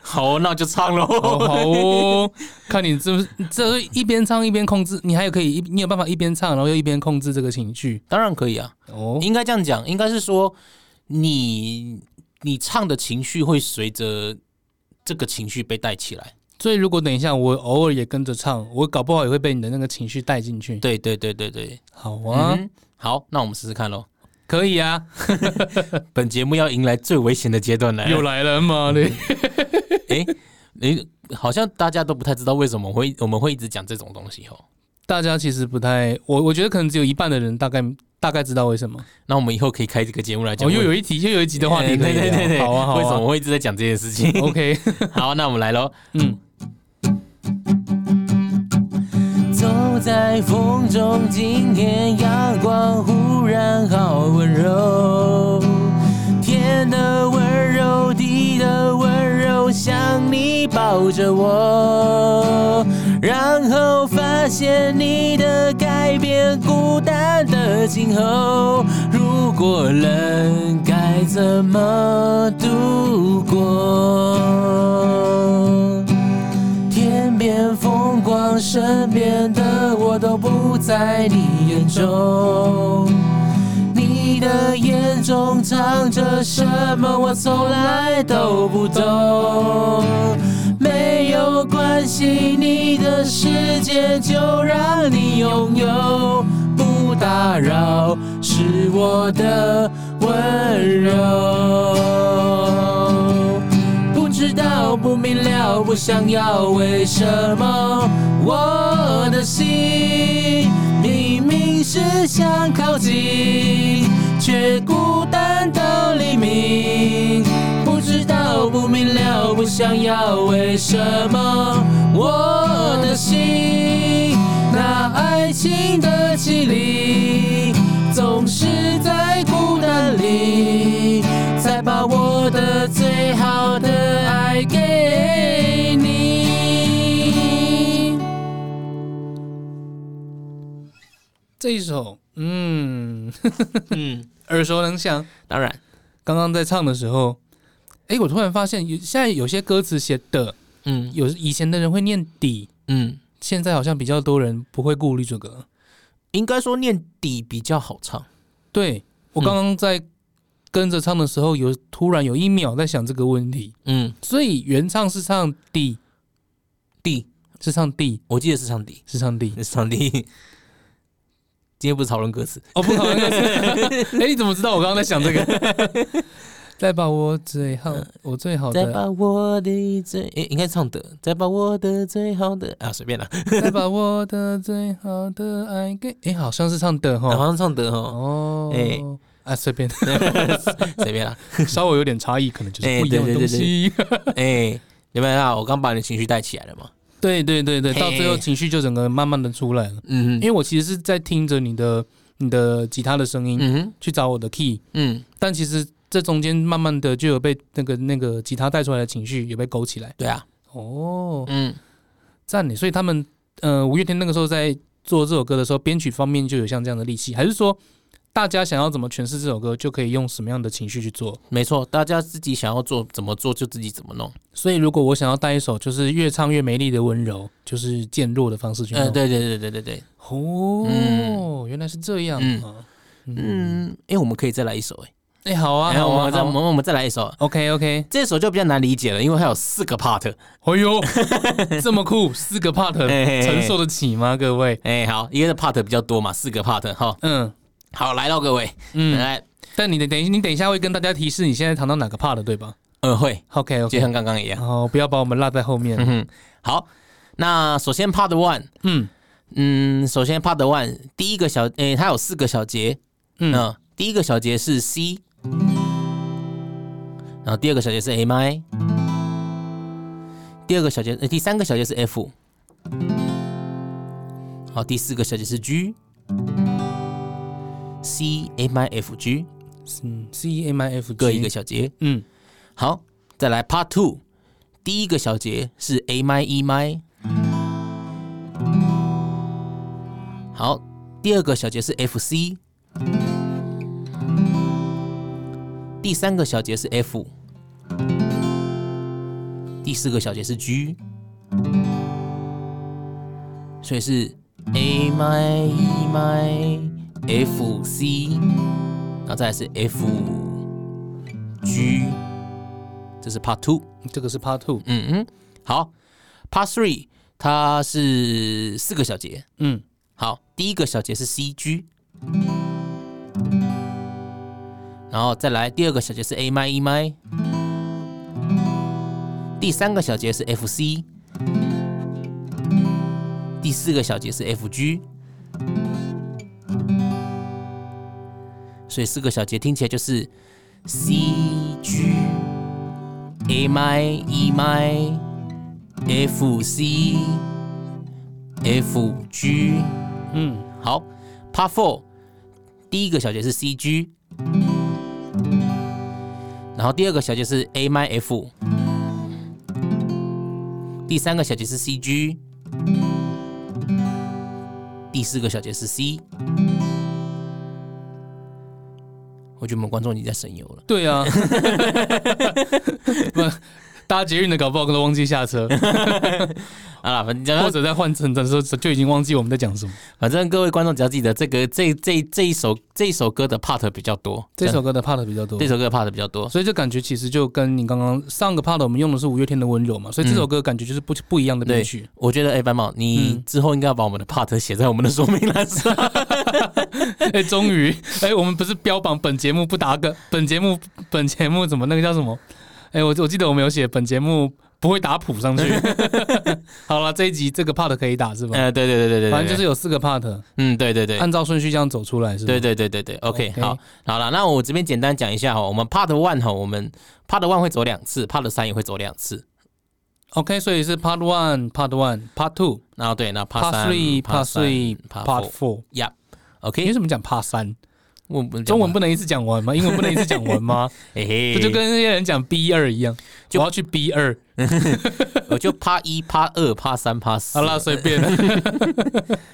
Speaker 2: 好哦，那我就唱喽。
Speaker 1: 好好哦，看你这这一边唱一边控制，你还有可以一，你有办法一边唱，然后又一边控制这个情绪
Speaker 2: 当然可以啊，
Speaker 1: 哦。
Speaker 2: 应该这样讲，应该是说你你唱的情绪会随着这个情绪被带起来。
Speaker 1: 所以如果等一下我偶尔也跟着唱，我搞不好也会被你的那个情绪带进去。
Speaker 2: 对对对对对，
Speaker 1: 好啊，
Speaker 2: 嗯哼，好，那我们试试看喽。
Speaker 1: 可以啊，
Speaker 2: 本节目要迎来最危险的阶段来
Speaker 1: 又
Speaker 2: 了。
Speaker 1: 来了，妈的！
Speaker 2: 诶，好像大家都不太知道为什么会我们会一直讲这种东西哦。
Speaker 1: 大家其实不太，我我觉得可能只有一半的人大概大概知道为什么。
Speaker 2: 那我们以后可以开这个节目来讲
Speaker 1: 哦，
Speaker 2: 为。
Speaker 1: 又有一题，又有一集的话题
Speaker 2: 诶
Speaker 1: 可以
Speaker 2: 对
Speaker 1: 聊
Speaker 2: 对对对，
Speaker 1: 好啊，好啊。
Speaker 2: 为什么会一直在讲这件事情？
Speaker 1: ？OK，
Speaker 2: 好，那我们来喽。
Speaker 1: 嗯，
Speaker 2: 走在风中，今天阳光忽然好温柔，天的温柔，地的温柔，像你抱着我，然后发现你的改变，孤单的今后，如果冷，该怎么度过？天边风光，身边的我都不在你眼中。你的眼中藏着什么，我从来都不懂。没有关系，你的世界就让你拥有，不打扰是我的温柔。不知道，不明了，不想要，为什么我的心明明是想靠近，却孤单到黎明？不知道，不明了，不想要，为什么我的心那爱情的绮丽，总是在孤单里，才把我的最好的爱给你。
Speaker 1: 这一首，嗯，
Speaker 2: 嗯，
Speaker 1: 耳熟能详。
Speaker 2: 当然，
Speaker 1: 刚刚在唱的时候，哎，我突然发现有现在有些歌词写的，
Speaker 2: 嗯
Speaker 1: 有以前的人会念底，
Speaker 2: 嗯，
Speaker 1: 现在好像比较多人不会顾虑这个。
Speaker 2: 应该说念底比较好唱。
Speaker 1: 对我刚刚在跟着唱的时候，有突然有一秒在想这个问题，
Speaker 2: 嗯，
Speaker 1: 所以原唱是唱底，
Speaker 2: 底，
Speaker 1: 是唱地，
Speaker 2: 我记得是唱底，
Speaker 1: 是唱地。
Speaker 2: 是唱底。今天不是讨论歌词，
Speaker 1: 哦，不好意 思，哎，你怎么知道我刚刚在想这个？ 再把我最好，我最好
Speaker 2: 再
Speaker 1: 的，
Speaker 2: 把我的最诶、应该唱的，再把我的最好的啊，随便啦，
Speaker 1: 再把我的最好的爱给， 哎，好像是唱的
Speaker 2: 好
Speaker 1: 哈。
Speaker 2: 像唱的哦，
Speaker 1: 哦，
Speaker 2: 哎
Speaker 1: 啊，随便，
Speaker 2: 随便啊啦，
Speaker 1: 稍微有点差异，可能就是
Speaker 2: 哎
Speaker 1: 不一样的
Speaker 2: 对对
Speaker 1: 东
Speaker 2: 对
Speaker 1: 西。
Speaker 2: 哎、明白啦，我刚把你的情绪带起来了嘛，
Speaker 1: 对对对对，到最后
Speaker 2: 嘿
Speaker 1: 情绪就整个慢慢的出来了。
Speaker 2: 嗯
Speaker 1: 因为我其实是在听着你的你的吉他的声音、
Speaker 2: 嗯哼
Speaker 1: 去找我的 key，
Speaker 2: 嗯，
Speaker 1: 但其实这中间慢慢的就有被那个那个吉他带出来的情绪也被勾起来。
Speaker 2: 对啊，
Speaker 1: 哦，
Speaker 2: 嗯
Speaker 1: 赞你！欸所以他们呃，五月天那个时候在做这首歌的时候，编曲方面就有像这样的力气，还是说大家想要怎么诠释这首歌，就可以用什么样的情绪去做？
Speaker 2: 没错，大家自己想要做怎么做就自己怎么弄，
Speaker 1: 所以如果我想要带一首就是越唱越没力的温柔，就是渐弱的方式去弄。
Speaker 2: 嗯，对对对对对对，
Speaker 1: 哦，
Speaker 2: 嗯
Speaker 1: 原来是这样啊。嗯，
Speaker 2: 嗯，哎、我们可以再来一首、诶
Speaker 1: 哎、好啊，
Speaker 2: 哎，
Speaker 1: 好
Speaker 2: 我
Speaker 1: 啊，
Speaker 2: 们再
Speaker 1: 好
Speaker 2: 我
Speaker 1: 啊
Speaker 2: 们我们再来一首，
Speaker 1: OK OK，
Speaker 2: 这首就比较难理解了，因为它有四个 part，
Speaker 1: 哎呦，这么酷，四个 part
Speaker 2: 嘿嘿嘿
Speaker 1: 承受得起吗？各位，
Speaker 2: 哎、好，一个的 part 比较多嘛，四个 part 哈，
Speaker 1: 嗯
Speaker 2: 好，来到各位，
Speaker 1: 嗯，
Speaker 2: 来，
Speaker 1: 但你得等一你等一下会跟大家提示你现在谈到哪个 part 对吧
Speaker 2: 嗯，会，
Speaker 1: ？OK
Speaker 2: 就
Speaker 1: OK，
Speaker 2: 像刚刚一样。
Speaker 1: 好，不要把我们落在后面
Speaker 2: 嗯。哼，好，那首先 Part One，
Speaker 1: 嗯
Speaker 2: 嗯，首先 Part One 第一个小，诶、它有四个小节，嗯、
Speaker 1: 嗯，
Speaker 2: 第一个小节是 C，然后第二个小节是 A m i 第二个小节，呃，第三个小节是 F，好，第四个小节是 G，C A m i F G
Speaker 1: 嗯，C A M I F
Speaker 2: 各一个，小节，
Speaker 1: 嗯
Speaker 2: 好，再来 Part Two，第一个小节是 A 麦 E 麦，好，第二个小节是 F C，第三个小节是 F，第四个小节是 G，所以是 A 麦 E 麦 F C，然后再来是 F G，这是 Part Two。
Speaker 1: 这个是 Part Two，
Speaker 2: 嗯嗯，好，Part Three 它是四个小节。
Speaker 1: 嗯，
Speaker 2: 好，第一个小节是 C G，然后再来第二个小节是 A 麦 E 麦，第三个小节是 F C，第四个小节是 F G。所以四个小节听起来就是 C G。A 麦 E 麦 F C F G，
Speaker 1: 嗯，
Speaker 2: 好，Part Four，第一个小节是 C G，然后第二个小节是 A 麦 F，第三个小节是 C G，第四个小节是 C。我觉得我们观众已经在神游了。
Speaker 1: 对 啊，不，搭捷运的搞不好都忘记下 车，
Speaker 2: 好了，反正
Speaker 1: 或者在换乘的时候就已经忘记我们在讲什么。
Speaker 2: 反正各位观众只要记得这个这这这一首这一首歌的 part 比较多，
Speaker 1: 这首歌的 part 比较多
Speaker 2: 这，首歌的 part 比较多，
Speaker 1: 所以这感觉其实就跟你刚刚上个 part 我们用的是五月天的温柔嘛，所以这首歌感觉就是不不一样的编
Speaker 2: 对
Speaker 1: 曲。
Speaker 2: 我觉得哎，白毛，你
Speaker 1: 嗯
Speaker 2: 之后应该要把我们的 part 写在我们的说明 栏上。
Speaker 1: 哎，终于，哎，我们不是标榜本节目不打梗，本节目本节目怎么那个叫什么？哎，我我记得我们有写本节目不会打谱 上去。好了，这一集这个 part 可以打是吧？
Speaker 2: 呃，对对对对对，
Speaker 1: 反正就是是有四个 part，
Speaker 2: 嗯，对对对。
Speaker 1: 按照顺序这样走出来是吧？
Speaker 2: 对对对对对，OK，
Speaker 1: OK
Speaker 2: 好，好了，那我这边简单讲一下哈，我们 Part One 哈，我们 Part One 会走两次，Part 三也会走两次，
Speaker 1: OK，所以是 Part One、Part One、Part Two、
Speaker 2: 然后对，那 Part
Speaker 1: Part
Speaker 2: 三
Speaker 1: Three、Part Three、Part
Speaker 2: Part
Speaker 1: Four。你
Speaker 2: Four，OK，
Speaker 1: 怎么讲 Part 三？
Speaker 2: 我们
Speaker 1: 中文不能一次讲完吗？英文不能一次讲完吗？
Speaker 2: 嘿嘿，
Speaker 1: 这就跟那些人讲 B 二一样，我
Speaker 2: 就
Speaker 1: 要去 B 二。
Speaker 2: 我就 Part 一、Part 二、Part 三、Part 四，
Speaker 1: 好啦，随 便，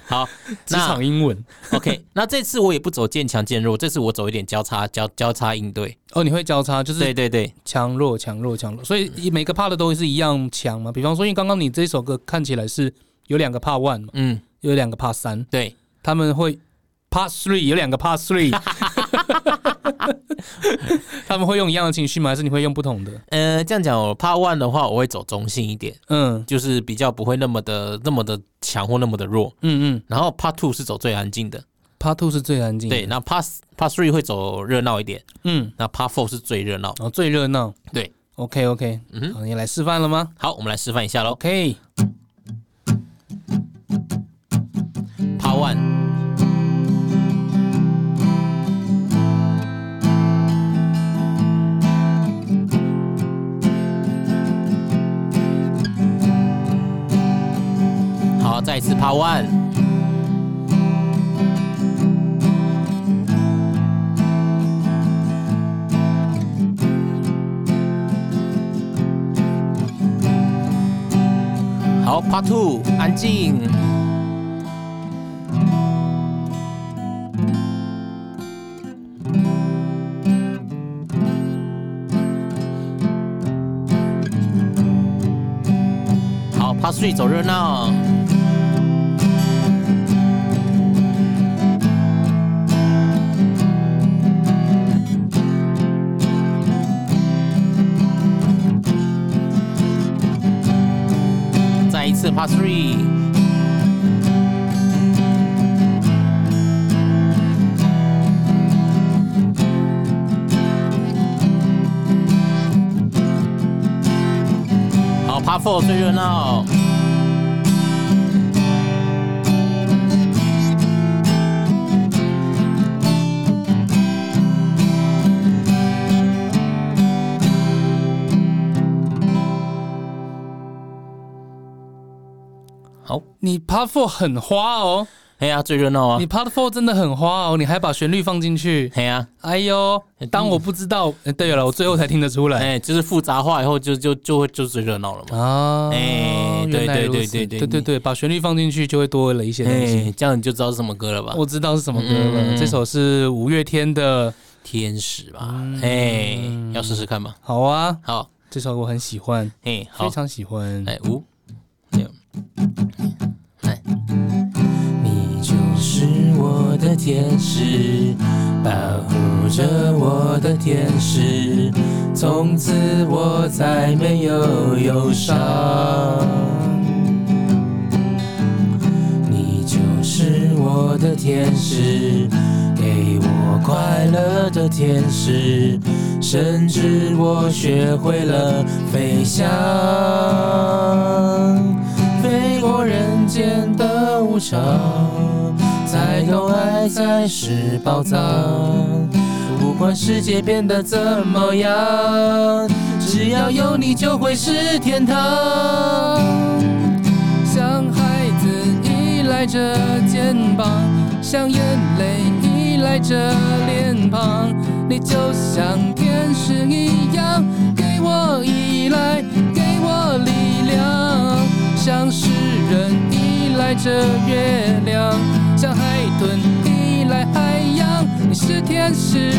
Speaker 2: 好，
Speaker 1: 职
Speaker 2: 那
Speaker 1: 场英文。
Speaker 2: OK，那这次我也不走渐强渐弱，这次我走一点交叉交交叉应对。
Speaker 1: 哦，你会交叉，就是
Speaker 2: 对对对，
Speaker 1: 强弱、强弱、强弱，所以每个 part 都是一样强嘛。比方说，因为刚刚你这首歌看起来是有两个 part one 嘛，
Speaker 2: 嗯，
Speaker 1: 有两个 part 三，
Speaker 2: 对，
Speaker 1: 他们会 part three 有两个 part three，他们会用一样的情绪吗？还是你会用不同的？
Speaker 2: 呃，这样讲，我 Part One 的话，我会走中性一点，
Speaker 1: 嗯
Speaker 2: 就是比较不会那么的那么的强或那么的弱。
Speaker 1: 嗯嗯
Speaker 2: 然后 Part Two 是走最安静的，
Speaker 1: ，part two 是最安静的，
Speaker 2: 对，那 Part Part Three 会走热闹一点，
Speaker 1: 嗯，
Speaker 2: 那 Part Four 是最热闹。
Speaker 1: 然后最热闹，
Speaker 2: 对
Speaker 1: ，OK OK，
Speaker 2: 嗯
Speaker 1: 好，你来示范了吗
Speaker 2: 好，我们来示范一下喽。
Speaker 1: ？OK，
Speaker 2: Part One。好，再一次 Part One。好，Part Two，安静。好，Part Three 走热闹。再一次 Part Three。好，Part Four 最热闹。好，
Speaker 1: 你 part four 哦很花哦，
Speaker 2: 哎、哎呀，最热闹啊
Speaker 1: 你！Part Four 真的很花哦，你还把旋律放进去，
Speaker 2: 哎呀，
Speaker 1: 哎呦，当我不知道，呃对了，我最后才听得出来
Speaker 2: 哎，就是复杂化以后就就就会就最热闹了嘛。
Speaker 1: 啊，
Speaker 2: 哎对
Speaker 1: 原来如
Speaker 2: 对对
Speaker 1: 此对
Speaker 2: 对
Speaker 1: 对
Speaker 2: 对
Speaker 1: 对对，把旋律放进去就会多了一些东西。
Speaker 2: 哎，这样你就知道是什么歌了吧？
Speaker 1: 我知道是什么歌了，
Speaker 2: 嗯
Speaker 1: 这首是五月天的，
Speaker 2: 天使吧
Speaker 1: 嗯，
Speaker 2: 哎，要试试看吧。
Speaker 1: 好啊，
Speaker 2: 好，
Speaker 1: 这首我很喜欢，
Speaker 2: 哎，
Speaker 1: 非
Speaker 2: 好，哎
Speaker 1: 常喜欢。
Speaker 2: 来五六，来。你就是我的天使，保护着我的天使，从此我再没有忧伤。你就是我的天使，给我快乐的天使，甚至我学会了飞翔，飞过人间的无常，才懂爱才是宝藏。不管世界变得怎么样，只要有你就会是天堂。
Speaker 1: 像孩子依赖着肩膀，像眼泪依赖着脸庞，你就像天使一样，给我依赖，给我力量，像诗人依赖着月亮，像海豚依赖海洋，你是天使，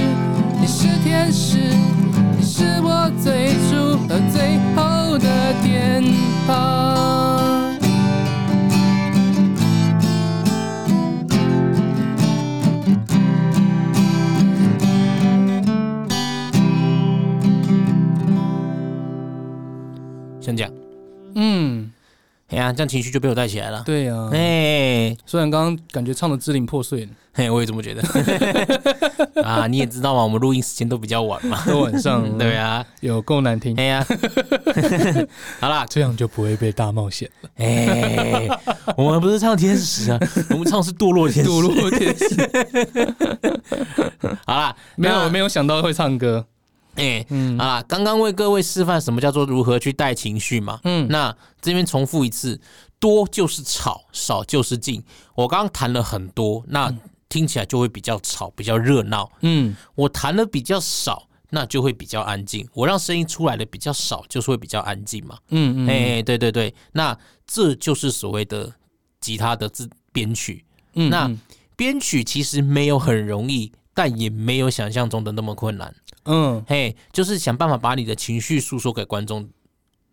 Speaker 1: 你是天使，你是我最初和最后的天堂。
Speaker 2: 像这样，
Speaker 1: 嗯，
Speaker 2: 哎呀，这样情绪就被我带起来了。
Speaker 1: 对啊，
Speaker 2: 哎
Speaker 1: 虽然刚刚感觉唱的支离破碎，
Speaker 2: 嘿，我也这么觉 得。啊，你也知道嘛，我们录音时间都比较晚嘛。
Speaker 1: 到晚上
Speaker 2: 对啊，
Speaker 1: 有够难听
Speaker 2: 哎， 呀，好啦，
Speaker 1: 这样就不会被大冒险了。
Speaker 2: 哎，我们不是唱天使啊，我们唱的是堕落 天使。
Speaker 1: 堕落天使，
Speaker 2: 好啦，
Speaker 1: 没有
Speaker 2: 那
Speaker 1: 我没有想到会唱歌，
Speaker 2: 哎、
Speaker 1: 嗯
Speaker 2: 好啦，刚刚为各位示范什么叫做如何去带情绪嘛。
Speaker 1: 嗯
Speaker 2: 那这边重复一次，多就是吵，少就是静。我刚刚谈了很多，那听起来就会比较吵，比较热闹。
Speaker 1: 嗯
Speaker 2: 我谈的比较少，那就会比较安静。我让声音出来的比较少，就是会比较安静嘛。
Speaker 1: 嗯嗯，
Speaker 2: 哎、对对对，那这就是所谓的吉他的自编曲。
Speaker 1: 嗯
Speaker 2: 那编曲其实没有很容易，但也没有想象中的那么困难。
Speaker 1: 嗯
Speaker 2: 嘿，就是想办法把你的情绪诉说给观众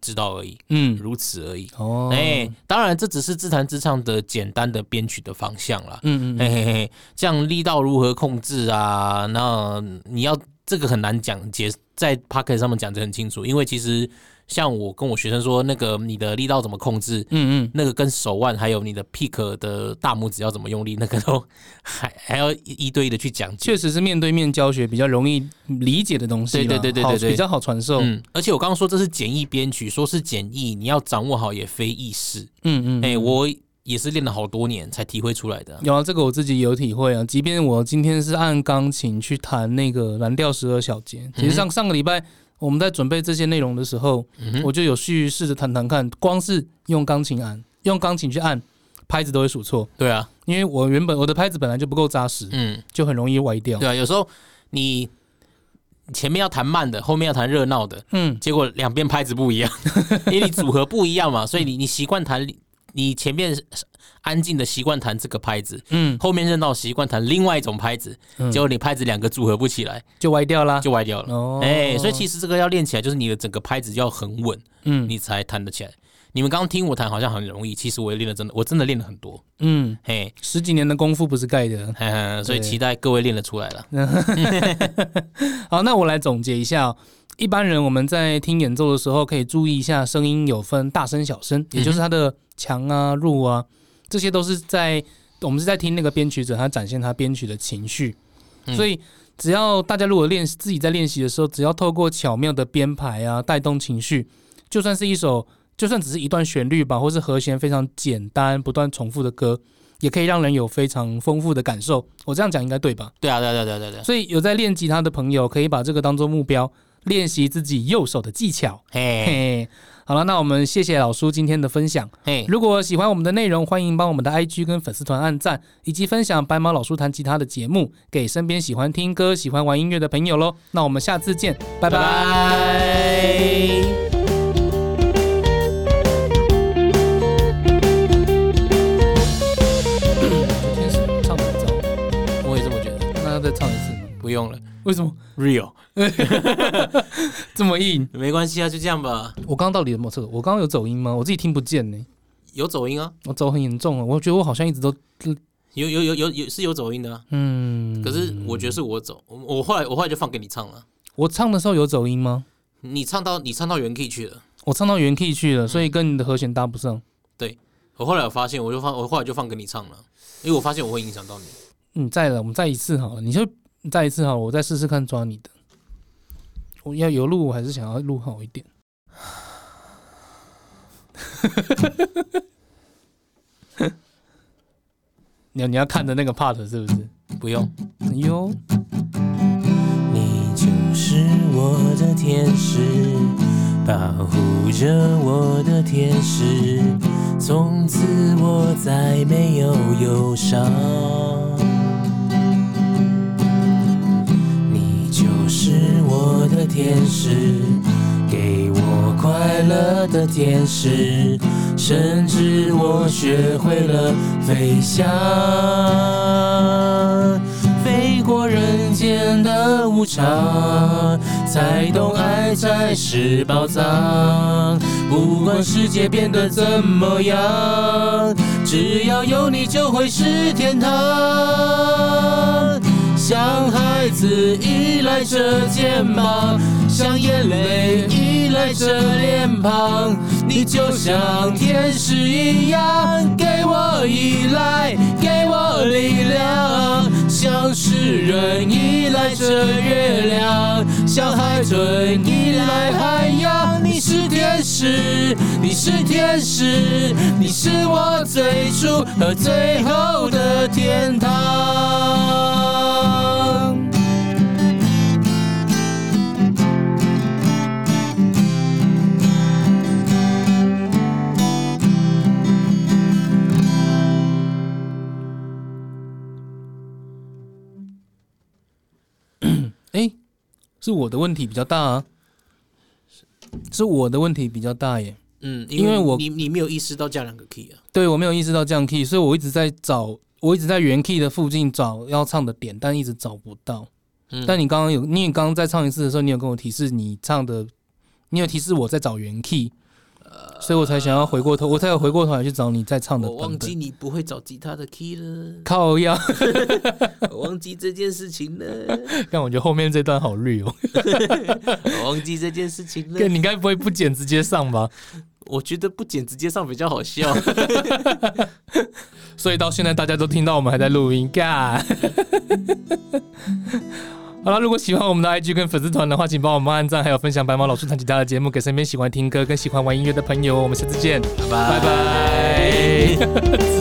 Speaker 2: 知道而已，
Speaker 1: 嗯
Speaker 2: 如此而已。
Speaker 1: 哦，
Speaker 2: 哎、当然这只是自弹自唱的简单的编曲的方向啦。
Speaker 1: 嗯嗯
Speaker 2: 嘿嘿嘿，这样力道如何控制啊？那你要这个很难讲解，在 p o c k e t 上面讲得很清楚，因为其实像我跟我学生说，那个你的力道怎么控制，
Speaker 1: 嗯嗯，
Speaker 2: 那个跟手腕还有你的 pick 的大拇指要怎么用力，那个都 还还要一一对一的去讲解。
Speaker 1: 确实是面对面教学比较容易理解的东西啦，
Speaker 2: 对对对对
Speaker 1: 好
Speaker 2: 对对
Speaker 1: 比较好传授，嗯
Speaker 2: 嗯，而且我刚刚说这是简易编曲，说是简易，你要掌握好也非易事。
Speaker 1: 嗯，
Speaker 2: 哎、我也是练了好多年才体会出来的啊。
Speaker 1: 有啊，这个我自己有体会啊。即便我今天是按钢琴去弹那个蓝调十二小节，其实上、上个礼拜我们在准备这些内容的时候，
Speaker 2: 嗯哼
Speaker 1: 我就有去试着弹弹看。光是用钢琴按，用钢琴去按拍子都会数错，
Speaker 2: 对啊，
Speaker 1: 因为我原本我的拍子本来就不够扎实，
Speaker 2: 嗯，
Speaker 1: 就很容易歪掉。
Speaker 2: 对啊，有时候你前面要弹慢的，后面要弹热闹的，
Speaker 1: 嗯
Speaker 2: 结果两边拍子不一样，因为你组合不一样嘛，所以你你习惯弹你前面安静的习惯弹这个拍子，
Speaker 1: 嗯，
Speaker 2: 后面热闹习惯弹另外一种拍子，
Speaker 1: 嗯
Speaker 2: 结果你拍子两个组合不起来，
Speaker 1: 就歪掉啦。
Speaker 2: 就歪掉了。
Speaker 1: 哦
Speaker 2: 哎、所以其实这个要练起来，就是你的整个拍子要很稳，
Speaker 1: 嗯
Speaker 2: 你才弹得起来。你们刚刚听我弹好像很容易，其实我也练了真的，我真的练了很多，
Speaker 1: 嗯，
Speaker 2: 嘿，
Speaker 1: 十几年的功夫不是盖的。
Speaker 2: 嘿嘿所
Speaker 1: 对
Speaker 2: 以期待各位练得出来了。
Speaker 1: 好，那我来总结一下、哦。一般人我们在听演奏的时候，可以注意一下声音有分大声、小声，也就是它的强啊、弱啊，这些都是在我们是在听那个编曲者他展现他编曲的情绪。
Speaker 2: 嗯
Speaker 1: 所以，只要大家如果练自己在练习的时候，只要透过巧妙的编排啊，带动情绪，就算是一首，就算只是一段旋律吧，或是和弦非常简单、不断重复的歌，也可以让人有非常丰富的感受。我这样讲应该对吧？
Speaker 2: 对啊，对啊，对啊，对啊，对啊，
Speaker 1: 所以有在练吉他的朋友，可以把这个当做目标，练习自己右手的技巧。
Speaker 2: 嘿
Speaker 1: 嘿，好了，那我们谢谢老叔今天的分享。
Speaker 2: 嘿，
Speaker 1: 如果喜欢我们的内容，欢迎帮我们的 IG 跟粉丝团按赞，以及分享白毛老叔弹吉他的节目给身边喜欢听歌、喜欢玩音乐的朋友喽。那我们下次见， 拜
Speaker 2: 拜
Speaker 1: 拜
Speaker 2: 拜。
Speaker 1: 今天是唱的很糟，
Speaker 2: 我也这么觉得，
Speaker 1: 那要再唱一次吗？
Speaker 2: 不用了
Speaker 1: 为什么
Speaker 2: ，real
Speaker 1: 这么硬？
Speaker 2: 没关系啊，就这样吧。
Speaker 1: 我刚刚到底有没有这个？我刚刚有走音吗？我自己听不见呢、
Speaker 2: 有走音啊，
Speaker 1: 我走很严重了，我觉得我好像一直都
Speaker 2: 有有有有有是有走音的、啊，
Speaker 1: 嗯。
Speaker 2: 可是我觉得是我走，我我后来我后来就放给你唱了，
Speaker 1: 我唱的时候有走音吗？
Speaker 2: 你唱到你唱到原 key 去了。
Speaker 1: 我唱到原 key 去了，所以跟你的和弦搭不上。
Speaker 2: 我后来有发现，我就放我后来就放给你唱了，因为我发现我会影响到你。
Speaker 1: 嗯，再了，我们再一次好了，你就再一次好了，我再试试看抓你的。我要有录，我还是想要录好一点。 你要你要看的那个 part 是不是？
Speaker 2: 不用，
Speaker 1: 哎呦，
Speaker 2: 你就是我的天使，保护着我的天使，从此我再没有忧伤。你就是我的天使，给我快乐的天使，甚至我学会了飞翔，飞过人间的无常，才懂爱才是宝藏。不管世界变得怎么样，只要有你就会是天堂。像孩子依赖着肩膀，像眼泪依赖着脸庞，你就像天使一样，给我依赖，给我力量，像诗人依赖着月亮，像海豚依赖海洋，你是天使，你是天使，你是我最初和最后的天堂。
Speaker 1: 哎、是我的问题比较大啊，是我的问题比较大耶。
Speaker 2: 嗯，
Speaker 1: 因为我
Speaker 2: 你你没有意识到加两个 key 啊。
Speaker 1: 对我没有意识到降 key，所以我一直在找，我一直在原 key 的附近找要唱的点，但一直找不到。
Speaker 2: 嗯
Speaker 1: 但你刚刚有，你也刚刚在唱一次的时候，你有跟我提示你唱的，你有提示我在找原 key，、所以我才想要回过头，我才有回过头来去找你在唱的
Speaker 2: 呃我
Speaker 1: 版
Speaker 2: 忘记
Speaker 1: 本。
Speaker 2: 你不会找吉他的 key 了，
Speaker 1: 靠腰，
Speaker 2: 我忘记这件事情了，
Speaker 1: 但我觉得后面这段好绿 哦。
Speaker 2: 我忘记这件事情了。
Speaker 1: 你该不会不剪直接上吧？
Speaker 2: 我觉得不剪直接上比较 好笑。
Speaker 1: 所以到现在大家都听到我们还在录音，干。 好了，如果喜欢我们的 IG 跟粉丝团的话，请帮我们按赞，还有分享白毛老师弹吉他的节目给身边喜欢听歌跟喜欢玩音乐的朋友哦。我们下次见，
Speaker 2: 拜
Speaker 1: 拜拜。